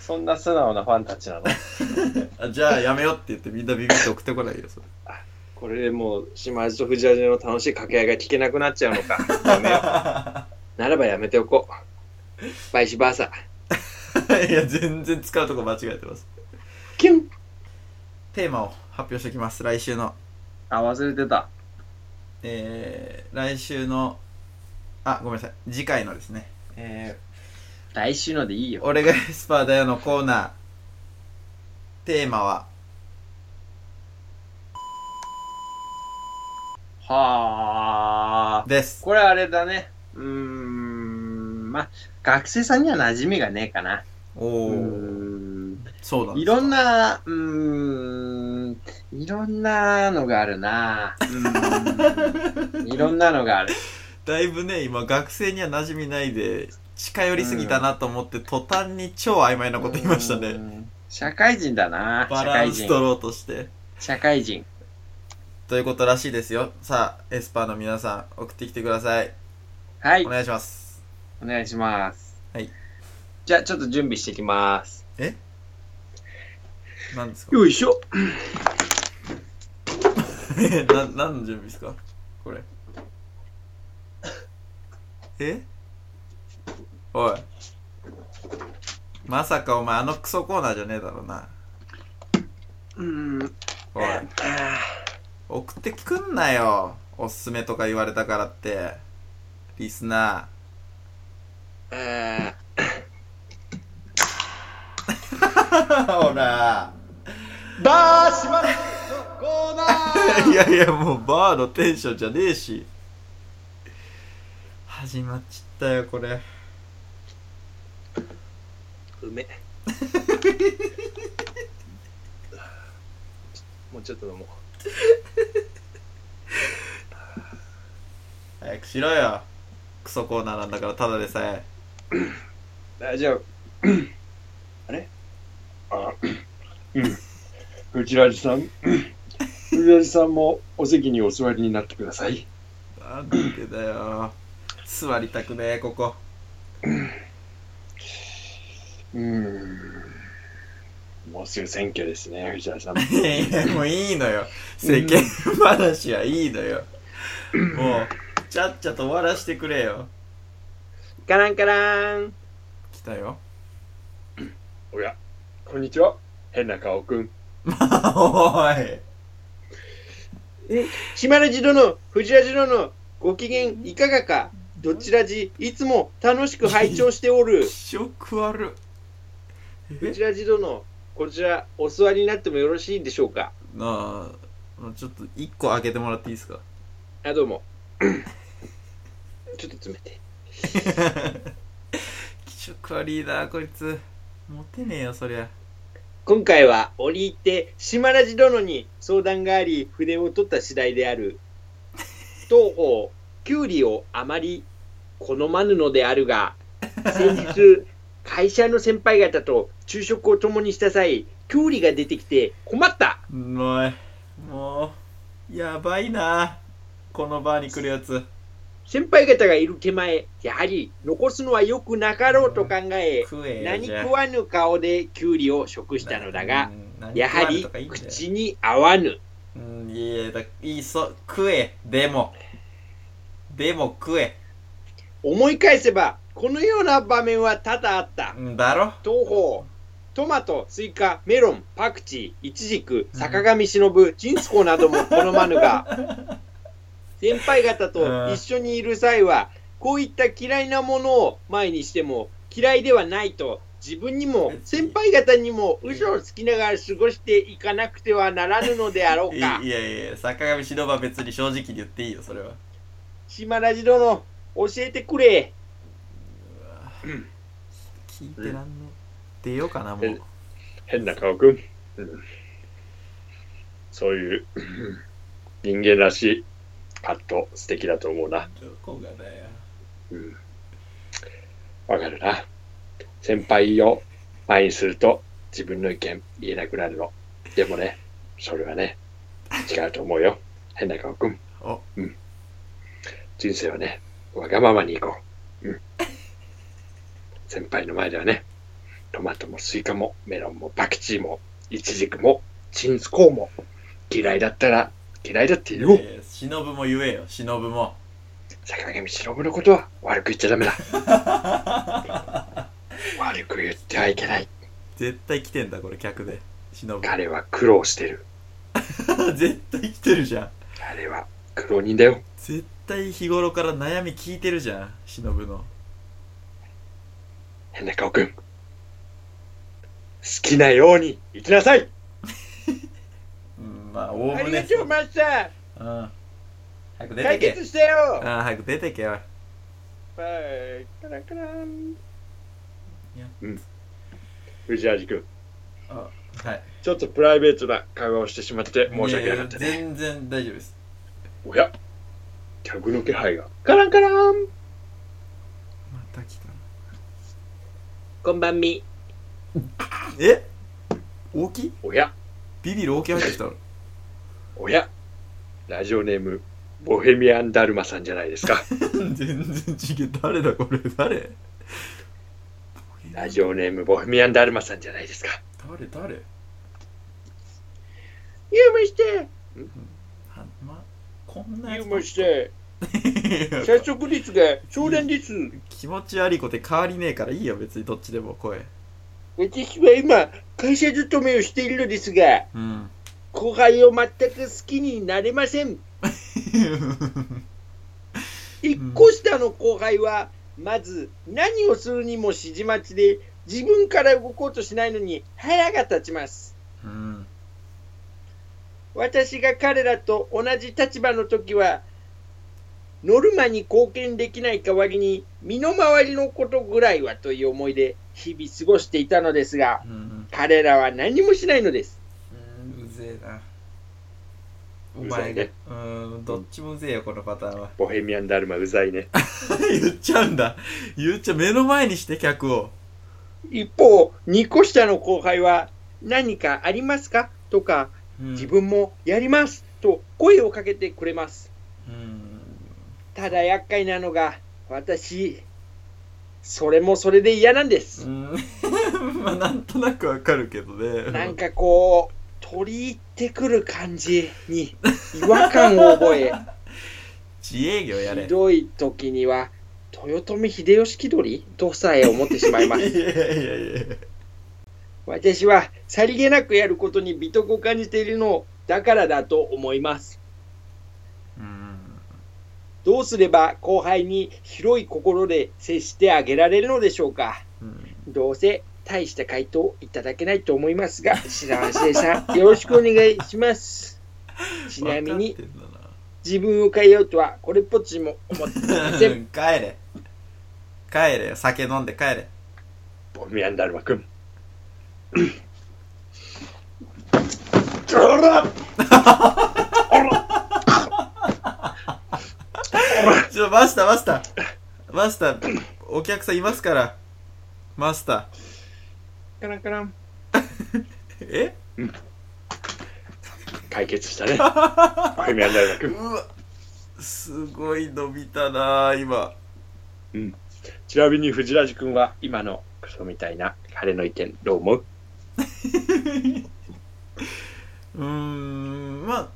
Speaker 1: そんな素直なファンたちなの
Speaker 2: あじゃあやめよって言ってみんなビビって送ってこないよそれ
Speaker 1: これでもう島地と藤原の楽しい掛け合いが聞け なくなっちゃうのかやめようならばやめておこうバイシバーサ
Speaker 2: いや、全然使うとこ間違えてます。
Speaker 1: キュン
Speaker 2: テーマを発表しておきます。来週の。
Speaker 1: あ、忘れてた。
Speaker 2: えー、来週の、あ、ごめんなさい。次回のですね。え
Speaker 1: 来週のでいい
Speaker 2: ー、
Speaker 1: よ。
Speaker 2: 俺がエスパーだよのコーナー。テーマは、
Speaker 1: はあ。
Speaker 2: です。
Speaker 1: これあれだね。うーん、まあ、学生さんには馴染みがねえかな。
Speaker 2: おお、
Speaker 1: うーん。
Speaker 2: そうなん
Speaker 1: い
Speaker 2: です
Speaker 1: ろんな、うーん、いろんなのがあるな。う ーんいろんなのがある。
Speaker 2: だいぶね、今、学生には馴染みないで、近寄りすぎたなと思って、途端に超曖昧なこと言いました
Speaker 1: う
Speaker 2: ね。
Speaker 1: ーん。社会人だな。
Speaker 2: バ
Speaker 1: 社
Speaker 2: ラ
Speaker 1: 会
Speaker 2: ンス取
Speaker 1: 人。
Speaker 2: ろうとして。
Speaker 1: 社会人。
Speaker 2: ということらしいですよ。さあ、エスパーの皆さん、送ってきてください。
Speaker 1: はい
Speaker 2: お。願いします。
Speaker 1: お願いします。
Speaker 2: はい。
Speaker 1: じゃあ、ちょっと準備してきます。
Speaker 2: 何ですか
Speaker 1: よいしょ。
Speaker 2: え な何の準備ですかこれえおいまさかお前あのクソコーナーじゃねえだろうな
Speaker 1: うーん。
Speaker 2: おい送ってくんなよおすすめとか言われたからってリスナ
Speaker 1: え
Speaker 2: ー ほら
Speaker 1: ー、バーシマルのコーナー
Speaker 2: いやいやもうバーのテンションじゃねえし始まっちったよこれ
Speaker 1: う めもうちょっと飲もう
Speaker 2: 早くしろよクソコーナーなんだからただでさえ
Speaker 1: 大丈夫あれあうん藤原さん藤原さんもお席にお座りになってください
Speaker 2: なんでだよ座りたくねえこ こ
Speaker 1: うーんもうすぐ選挙ですね藤原さん
Speaker 2: いやいやもういいのよ世間話はいいのよもうちゃっちゃと終わらしてくれよ
Speaker 1: カランカラン
Speaker 2: 来たよ
Speaker 1: おやこんにちは変な顔くん
Speaker 2: おい
Speaker 1: 島ラジ殿、藤ラジ殿、ご機嫌いかがか、どちらじ、いつも楽しく拝聴しておる
Speaker 2: 気、色悪え
Speaker 1: 藤ラジ殿、こちら、お座りになってもよろしいでしょうか。
Speaker 2: なあちょっと一個開けてもらっていいですか
Speaker 1: あ、どうも。 ちょっと冷て
Speaker 2: 気色悪いなこいつモテねえよそりゃ
Speaker 1: え。今回は折り入って島ラジ殿に相談があり筆を取った次第である当方キュウリをあまり好まぬのであるが先日会社の先輩方と昼食を共にした際キュウリが出てきて困った
Speaker 2: おいもうやばいなこのバーに来るやつ
Speaker 1: 先輩方がいる手前やはり残すのは良くなかろうと考え
Speaker 2: 食えよ
Speaker 1: 何
Speaker 2: じゃあ
Speaker 1: 食わぬ顔でキュウリを食したのだが
Speaker 2: うん
Speaker 1: やは
Speaker 2: 何食わんとかいい
Speaker 1: り
Speaker 2: んだよ
Speaker 1: 口に合わぬ
Speaker 2: うんいやだいいそ食えでもでも食え
Speaker 1: 思い返せばこのような場面は多々あった
Speaker 2: うんだろ
Speaker 1: 東方トマトスイカメロンパクチーイチジク坂上忍チンスコな ども好まぬが先輩方と一緒にいる際はこういった嫌いなものを前にしても嫌いではないと自分にも先輩方にも嘘をつきながら過ごしていかなくてはならぬのであろ
Speaker 2: いうい
Speaker 1: か
Speaker 2: やいや坂上忍は別に正直に言っていいよそれは
Speaker 1: 島ラジ殿教えてくれ
Speaker 2: 聞いてらんねえ出ようかなもう
Speaker 1: 変な顔くん、そういう人間らしいパッと素敵だと思うな
Speaker 2: どこがだよ
Speaker 1: わかるな先輩を前にすると自分の意見言えなくなるのでもねそれはね違うと思うよ変な顔くん
Speaker 2: お
Speaker 1: 人生はねわがままに行こう、うん、先輩の前ではねトマトもスイカもメロンもパクチーもイチジクもチンスコーンも嫌いだったら嫌いだって言おう
Speaker 2: いやいや忍も言えよ忍も
Speaker 1: 坂上忍のことは悪く言っちゃダメだ。悪く言ってはいけない。
Speaker 2: 絶対来てんだこれ客で忍
Speaker 1: 彼は苦労してる。
Speaker 2: 絶対来てるじゃん
Speaker 1: 彼は苦労人だよ。
Speaker 2: 絶対日頃から悩み聞いてるじゃん忍の
Speaker 1: 変な顔くん。好きなように生きなさい
Speaker 2: うんまあおお
Speaker 1: あ
Speaker 2: む
Speaker 1: りが
Speaker 2: ね
Speaker 1: とう、マッサー
Speaker 2: うん早く出て
Speaker 1: 解
Speaker 2: け
Speaker 1: 決してよ
Speaker 2: ああ早く出てけよ
Speaker 1: はい、カランカラン
Speaker 2: いや。
Speaker 1: うん。藤原君、
Speaker 2: あはい
Speaker 1: ちょっとプライベートな会話をしてしまって申し訳なかった
Speaker 2: いやいや
Speaker 1: ね。
Speaker 2: 全然大丈夫です
Speaker 1: おや客の気配が。カランカラ
Speaker 2: ま
Speaker 1: ン
Speaker 2: た来たな
Speaker 1: こんばんみ。
Speaker 2: え大きい
Speaker 1: おや
Speaker 2: ビビる大きい入ってきたの
Speaker 1: おやラジオネーム、ボヘミアン・ダルマさんじゃないで すか。
Speaker 2: 全然違う誰だこれ誰
Speaker 1: ラジオネーム、ボヘミアン・ダルマさんじゃないですか。
Speaker 2: 誰誰
Speaker 1: ユームして
Speaker 2: はまこんな
Speaker 1: ユ
Speaker 2: や
Speaker 1: ー
Speaker 2: つ
Speaker 1: ムして
Speaker 2: いや
Speaker 1: 早速率が少年です。
Speaker 2: 気持ち悪いこと変わりねえからいいよ別にどっちでも声
Speaker 1: 私は今、会社勤めをしているのですが、
Speaker 2: うん
Speaker 1: 後輩を全く好きになれません。一個下の後輩は、まず何をするにも指示待ちで、自分から動こうとしないのに腹が立ちます。
Speaker 2: うん
Speaker 1: 私が彼らと同じ立場の時は、ノルマに貢献できない代わりに、身の回りのことぐらいはという思いで日々過ごしていたのですが、
Speaker 2: うん
Speaker 1: 彼らは何もしないのです。
Speaker 2: うんうぜえなお
Speaker 1: うざ
Speaker 2: 前
Speaker 1: い
Speaker 2: が
Speaker 1: ね
Speaker 2: うんどっちもうぜえよこのパターンは
Speaker 1: ボヘミアンダルマうざいね。
Speaker 2: 言っちゃうんだ言っちゃう目の前にして客を
Speaker 1: 一方、2個下の後輩は、何かありますかとか、自分もやりますと声をかけてくれます。
Speaker 2: うん
Speaker 1: ただ厄介なのが、私、それもそれで嫌なんです。
Speaker 2: うん まあなんとなくわかるけどね
Speaker 1: なんかこう、取り入ってくる感じに違和感を覚え、
Speaker 2: 自営業やれ
Speaker 1: ひどい時には、豊臣秀吉気取りとさえ思ってしま います。
Speaker 2: いやいやいやいや
Speaker 1: 私はさりげなくやることに美徳を感じているのだからだと思います。
Speaker 2: うん
Speaker 1: どうすれば後輩に広い心で接してあげられるのでしょうか
Speaker 2: うん
Speaker 1: どうせ大した回答いただけないと思いますが、白橋さ ん、よろしくお願いします。ちなみに
Speaker 2: わかってんだな
Speaker 1: 自分を変えようとはこれっぽっちも思っていません。
Speaker 2: 帰れ帰れよ酒飲んで帰れ
Speaker 1: ボミアンダルマ君。
Speaker 2: ちょマスターマスターマスターお客さんいますからマスタ
Speaker 1: カランカラン。
Speaker 2: ーえ
Speaker 1: 解決したね。ボヘミアンダルマ君。
Speaker 2: うわすごい伸びたな今
Speaker 1: ちなみに藤ラジ君は今のクソみたいな彼の意見どう思う
Speaker 2: うーんま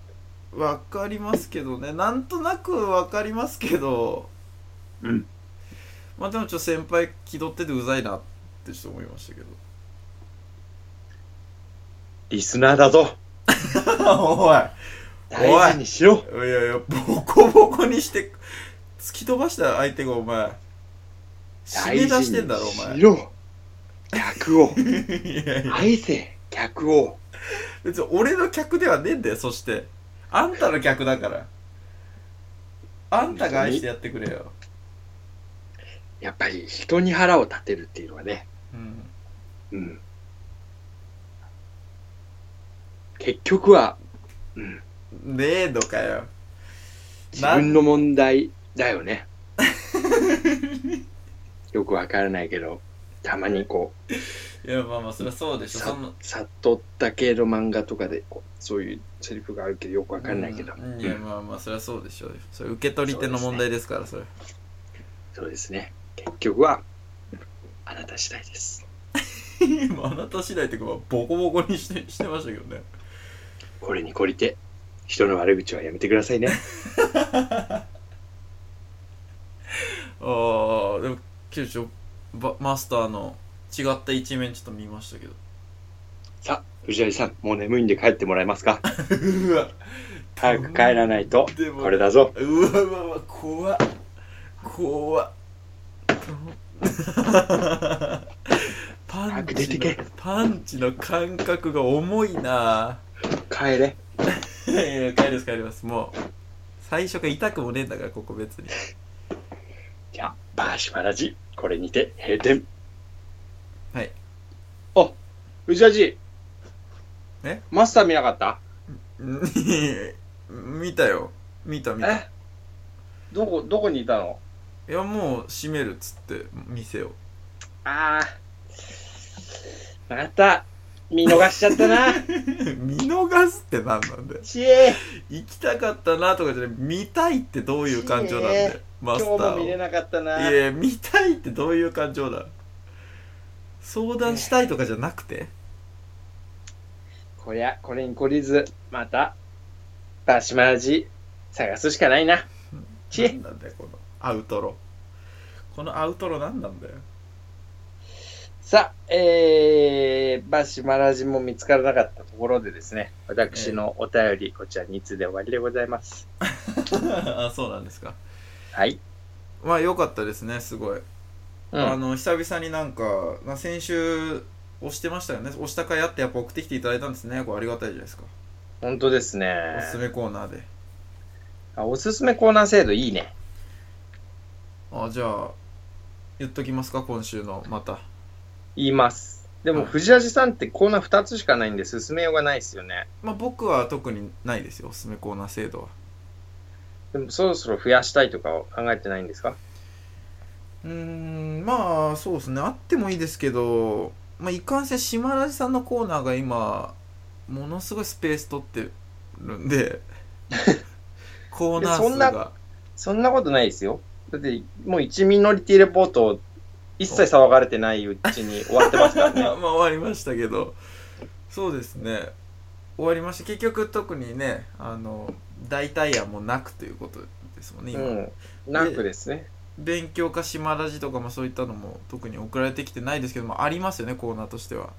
Speaker 2: あわかりますけどねなんとなくわかりますけど
Speaker 1: うん
Speaker 2: まあでもちょっと先輩気取っててうざいなってちょっと思いましたけ ど
Speaker 1: リスナーだぞ
Speaker 2: おい
Speaker 1: 大事にしろ
Speaker 2: いやいや、ボコボコにして、突き飛ばした相手がお前、締
Speaker 1: 大
Speaker 2: め
Speaker 1: 事
Speaker 2: 出してんだろ、お
Speaker 1: にし
Speaker 2: 前。
Speaker 1: ろ客を
Speaker 2: いやいや、
Speaker 1: 愛せ客を
Speaker 2: 別に俺の客ではねえんだよ、そして。あんたの客だから。あんたが愛してやってくれよ。
Speaker 1: やっぱり人に腹を立てるっていうのはね
Speaker 2: うん。
Speaker 1: うん結局は、うん、
Speaker 2: ねえのかよ。
Speaker 1: 自分の問題だ よねよくわからないけどたまにこう
Speaker 2: いや、まあまあ、そりゃそうでしょ。
Speaker 1: さ
Speaker 2: その、
Speaker 1: 悟った系の漫画とかでこうそういうセリフがあるけどよくわかんないけど、
Speaker 2: うんいや、まあまあ、そりゃそうでしょ。それ受け取り手の問題ですから、それ。
Speaker 1: そうですね結局はあなた次第です
Speaker 2: 今、あなた次第ってか、ボコボコにしてしてましたけどね。
Speaker 1: これに懲りて人の悪口はやめてくださいね
Speaker 2: ああでも九州ばマスターの違った一面ちょっと見ましたけど
Speaker 1: さあ、藤井さん、もう眠いんで帰ってもらえま すか
Speaker 2: うわ
Speaker 1: 早く帰らないと、
Speaker 2: でも
Speaker 1: これだぞ。
Speaker 2: うわうわうわ怖っ怖っパ
Speaker 1: 早
Speaker 2: ン
Speaker 1: く出て
Speaker 2: チ
Speaker 1: け
Speaker 2: のパンチの感覚が重いな
Speaker 1: 帰れ。
Speaker 2: いやいや帰ります帰りますもう最初から痛くもねえんだからここ別に
Speaker 1: じゃあ、バーシバラジ、これにて閉店。
Speaker 2: はい。
Speaker 1: あ、藤井じ。
Speaker 2: え
Speaker 1: マスター見なかった
Speaker 2: うん見たよ見た見た
Speaker 1: えどこ、どこにいたの
Speaker 2: いやもう閉めるっつって店を
Speaker 1: ああ。また、見逃しちゃった な。
Speaker 2: 見逃すって何なんだよ
Speaker 1: ちえ、
Speaker 2: 行きたかったなとかじゃない見たいってどういう感情なんだよマ
Speaker 1: 今
Speaker 2: ス
Speaker 1: 日
Speaker 2: タ
Speaker 1: も
Speaker 2: ー
Speaker 1: 見れ
Speaker 2: を。
Speaker 1: なかったない
Speaker 2: や見たいってどういう感情だ相談したいとかじゃなくて
Speaker 1: こりゃ、これに懲りず、また、バシマラジ、探すしかないな。ち
Speaker 2: 何なんだよこのアウトロこのアウトロ何なんだよ
Speaker 1: さあ、えー、バシマラジも見つからなかったところでですね、私のお便り、こちら2通で終わりでございます。
Speaker 2: あそうなんですか
Speaker 1: はい。
Speaker 2: まあ良かったですねすごい、
Speaker 1: うん
Speaker 2: あの久々になんか、まあ、先週押してましたよね押したかやってやっぱ送ってきていただいたんですねこれありがたいじゃないですか
Speaker 1: 本当ですね。
Speaker 2: おすすめコーナーで
Speaker 1: あおすすめコーナー制度いいね。
Speaker 2: あじゃあ言っときますか今週のまた
Speaker 1: 言います。でも、
Speaker 2: うん
Speaker 1: 藤味さんってコーナー2つしかないんで、進めようがないですよね。
Speaker 2: まあ僕は特にないですよおすすめコーナー制度は
Speaker 1: でも、そろそろ増やしたいとかを考えてないんですか
Speaker 2: うーんまあそうですねあってもいいですけど、まあ、いかんせん島ラジさんのコーナーが今ものすごいスペース取ってるん でコーナー
Speaker 1: そ
Speaker 2: 数
Speaker 1: んな
Speaker 2: が
Speaker 1: そんなことないですよ。だって、もう一ミノリティレポート、一切騒がれてないうちに終わってますから
Speaker 2: まあ
Speaker 1: ね。
Speaker 2: 終わりましたけどそうですね終わりました結局特にねあの代替案もなく ということですもんね
Speaker 1: う
Speaker 2: 今、
Speaker 1: ん。なくですね。
Speaker 2: 勉強か島ラジとかもそういったのも特に送られてきてないですけどもありますよねコーナーとしては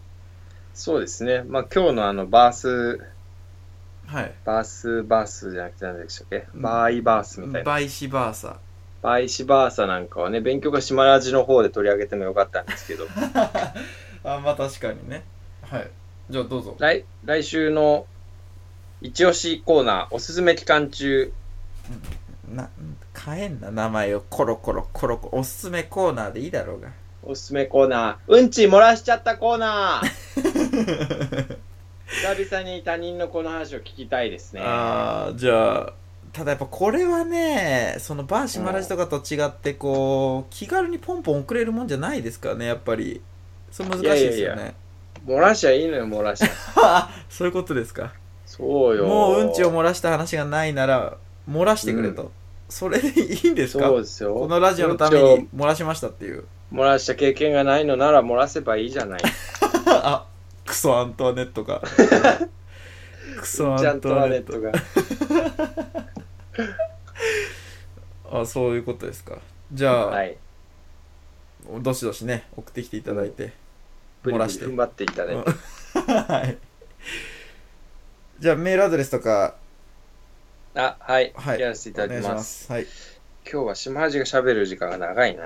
Speaker 1: そうですね。まあ、今日のあの、バース、
Speaker 2: はい
Speaker 1: バース、バースじゃなくて何でしたっけ
Speaker 2: うん
Speaker 1: バーイバースみたいな。
Speaker 2: バイシバーサ
Speaker 1: バイシバーサなんかはね、勉強が島ラジの方で取り上げてもよかったんです けど、
Speaker 2: あまあ確かにねはいじゃあどうぞ
Speaker 1: 来、来週の一押しコーナー、おすすめ期間中、
Speaker 2: な変えんな名前をコロコロコロコロおすすめコーナーでいいだろうが
Speaker 1: おすすめコーナー、うんち漏らしちゃったコーナー 久々に他人のこの話を聞きたいですね。
Speaker 2: あーじゃあただやっぱこれはねそのバーシマラジとかと違ってこう気軽にポンポン送れるもんじゃないですからねやっぱりそれ難しいですよね
Speaker 1: いやい漏らしちゃいいのよ、漏らしちゃ。
Speaker 2: あそういうことですか
Speaker 1: そうよ。
Speaker 2: もううんちを漏らした話がないなら漏らしてくれと、それでいいんですか
Speaker 1: そうですよ。
Speaker 2: このラジオのため
Speaker 1: うん
Speaker 2: に
Speaker 1: ち
Speaker 2: 漏らしましたっていう
Speaker 1: を漏らした経験がないのなら漏らせばいいじゃない。
Speaker 2: あクソアントワネッ トかクソ
Speaker 1: ちゃ
Speaker 2: アン
Speaker 1: ん
Speaker 2: ト
Speaker 1: と
Speaker 2: ワ
Speaker 1: ア
Speaker 2: ネ
Speaker 1: レ
Speaker 2: ッ
Speaker 1: ッ
Speaker 2: ト
Speaker 1: ト が。
Speaker 2: あそういうことですかじゃあ、
Speaker 1: はい。
Speaker 2: どしどしね送ってきていただいて、
Speaker 1: ブ
Speaker 2: 漏
Speaker 1: リブ
Speaker 2: ら
Speaker 1: リ
Speaker 2: して
Speaker 1: 踏ん張っていただいて。
Speaker 2: はいじゃあメールアドレスとか
Speaker 1: あ、はい。
Speaker 2: はい
Speaker 1: やらせていただき
Speaker 2: お願
Speaker 1: ま
Speaker 2: いし
Speaker 1: す。
Speaker 2: はい
Speaker 1: 今日は島味が喋る時間が 長いな。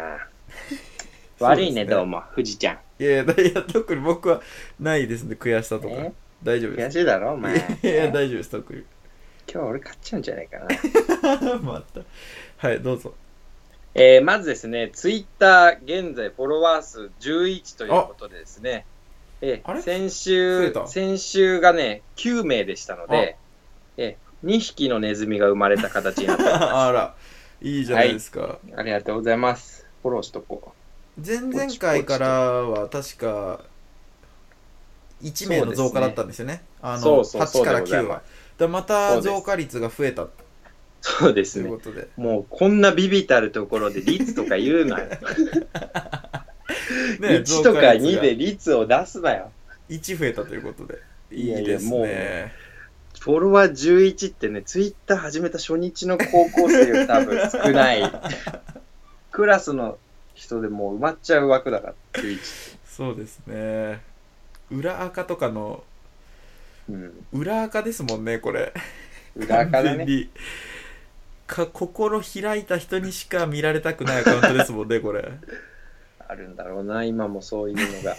Speaker 1: 悪い
Speaker 2: そうで
Speaker 1: ね、
Speaker 2: すね
Speaker 1: どうも、富士ちゃん。
Speaker 2: いやいやいや特に僕はないですね悔しさとか
Speaker 1: え
Speaker 2: 大丈夫
Speaker 1: 悔
Speaker 2: です
Speaker 1: しいだろ、お前。
Speaker 2: いやいや大丈夫です特に
Speaker 1: 今日俺勝っちゃうんじゃないかな。
Speaker 2: またはいどうぞ
Speaker 1: えーまずですね、ツイッター現在フォロワー数11ということでですね、えー
Speaker 2: あれ増
Speaker 1: 先
Speaker 2: え
Speaker 1: 週
Speaker 2: た、
Speaker 1: 先週がね、9名でしたので、えー2匹のネズミが生まれた形になってお ります。
Speaker 2: あら、いいじゃないですか。
Speaker 1: ありがとうございます。フォローしとこ
Speaker 2: 前々回からは確か1名の増加だったんですよね。あの
Speaker 1: そうそうそ
Speaker 2: 8
Speaker 1: うで
Speaker 2: から
Speaker 1: ござい
Speaker 2: 9
Speaker 1: ます
Speaker 2: は。だま
Speaker 1: そ
Speaker 2: た
Speaker 1: うです
Speaker 2: 増加率が増えたと
Speaker 1: う。そうです
Speaker 2: いう
Speaker 1: ね
Speaker 2: こ。とで。
Speaker 1: もうこんなビビたるところで率とか言 うなよ。
Speaker 2: ね
Speaker 1: 1とか2。
Speaker 2: 増加
Speaker 1: で
Speaker 2: 率が
Speaker 1: 率を出すなよ。
Speaker 2: 1増えたということで。い
Speaker 1: いやいや
Speaker 2: いです
Speaker 1: もう
Speaker 2: ね。
Speaker 1: フォロワー11ってね、ツイッター始めた初日の高校生より多分少ない。クラスの人でもう埋まっちゃう枠だから、11。
Speaker 2: そうですね裏垢とかの
Speaker 1: うん。
Speaker 2: 裏垢ですもんねこれ
Speaker 1: 裏垢だ
Speaker 2: 完全
Speaker 1: ね。
Speaker 2: にか心開いた人にしか見られたくないアカウントですもんねこれ
Speaker 1: あるんだろうな、今もそういうのが。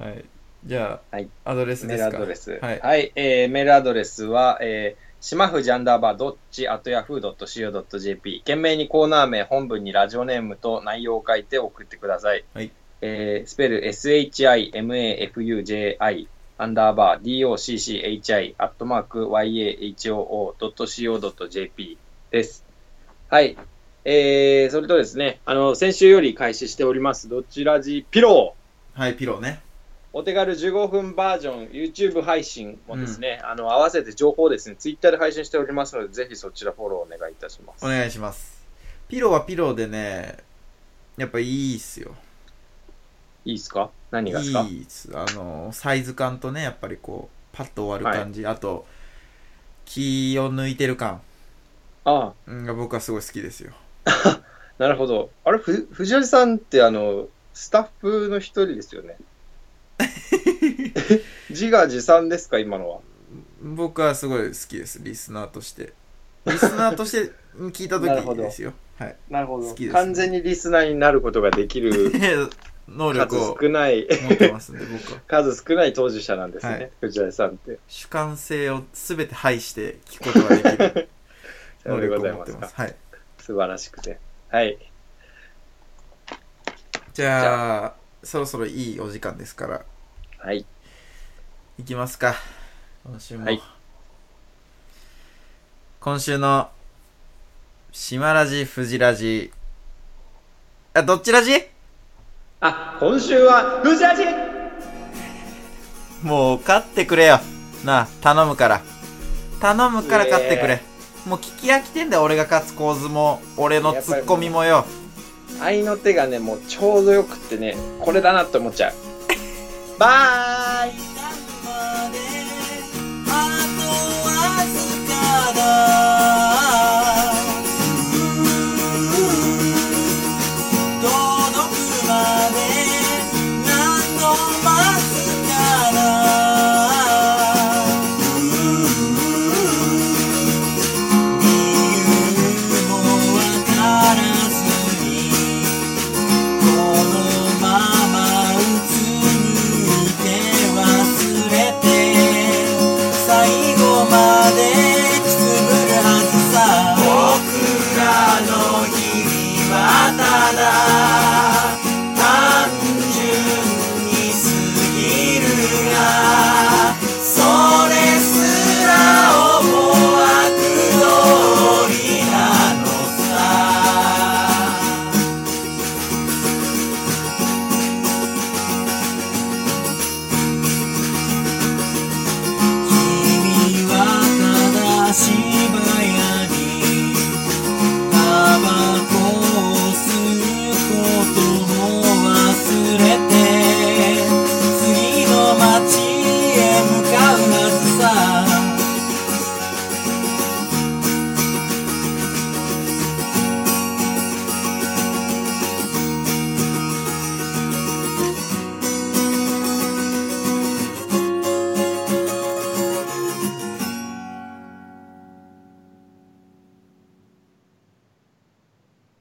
Speaker 2: はいじゃあ、
Speaker 1: はい
Speaker 2: アドレス
Speaker 1: メ
Speaker 2: で
Speaker 1: ー
Speaker 2: す
Speaker 1: ル
Speaker 2: か
Speaker 1: アドレス。
Speaker 2: は
Speaker 1: はいい、えーメールアドレスは、えー、しまふじアンダーバーどっち、あとヤフー .co.jp。懸命にコーナー名、本文にラジオネームと内容を書いて送ってください。
Speaker 2: はい
Speaker 1: えースペル SHIMAFUJI アンダーバー DOCCHI アットマーク YAHOO.co.jp です。はい。えー、それとですね、あの、先週より開始しております、どちらじピロー。
Speaker 2: はいピローね
Speaker 1: お手軽15分バージョン、YouTube 配信もですね、あの合わせて情報をですね、Twitter で配信しておりますので、ぜひそちらフォローお願いいたします。
Speaker 2: お願いしますピローはピローでねやっぱいいっすよ
Speaker 1: いいですか何がですか
Speaker 2: いいっすあのサイズ感とねやっぱりこうパッと終わる感じ、あと気を抜いてる感
Speaker 1: あ
Speaker 2: うんが僕はすごい好きですよ
Speaker 1: あ、なるほど。あれ、ふ藤原さんって、あの、スタッフの一人です よね。自画自賛ですか、今のは。
Speaker 2: 僕はすごい好きですリスナーとしてリスナーとしてうん聞いた時
Speaker 1: なるほど
Speaker 2: ですよはい
Speaker 1: なるほ
Speaker 2: ど好きですね
Speaker 1: 完全にリスナーになることができる
Speaker 2: 能力
Speaker 1: 数
Speaker 2: を
Speaker 1: 少ない、
Speaker 2: 持ってますんで僕は
Speaker 1: 数少ない当事者なんですね、
Speaker 2: はい
Speaker 1: 藤原さんって。
Speaker 2: 主観性を全て排して聞くことがで きる
Speaker 1: さよ
Speaker 2: 能
Speaker 1: うで
Speaker 2: 力を
Speaker 1: ござい
Speaker 2: 持っ
Speaker 1: ま
Speaker 2: て
Speaker 1: す
Speaker 2: ます
Speaker 1: か。
Speaker 2: はい
Speaker 1: 素晴らしくて。はい。
Speaker 2: じゃあそろそろいいお時間ですから
Speaker 1: はい。
Speaker 2: いきますか今週も、
Speaker 1: はい
Speaker 2: 今週の島ラジフジラジあどっちラジ
Speaker 1: あ、今週は、藤原人
Speaker 2: もう勝ってくれよなあ頼むから頼むから勝ってくれ、もう聞き飽きてんだよ俺が勝つ構図も俺のツッコミもよ
Speaker 1: 愛の手がねもうちょうどよくってねこれだなって思っちゃうバーイ
Speaker 3: 僕らの日々はただ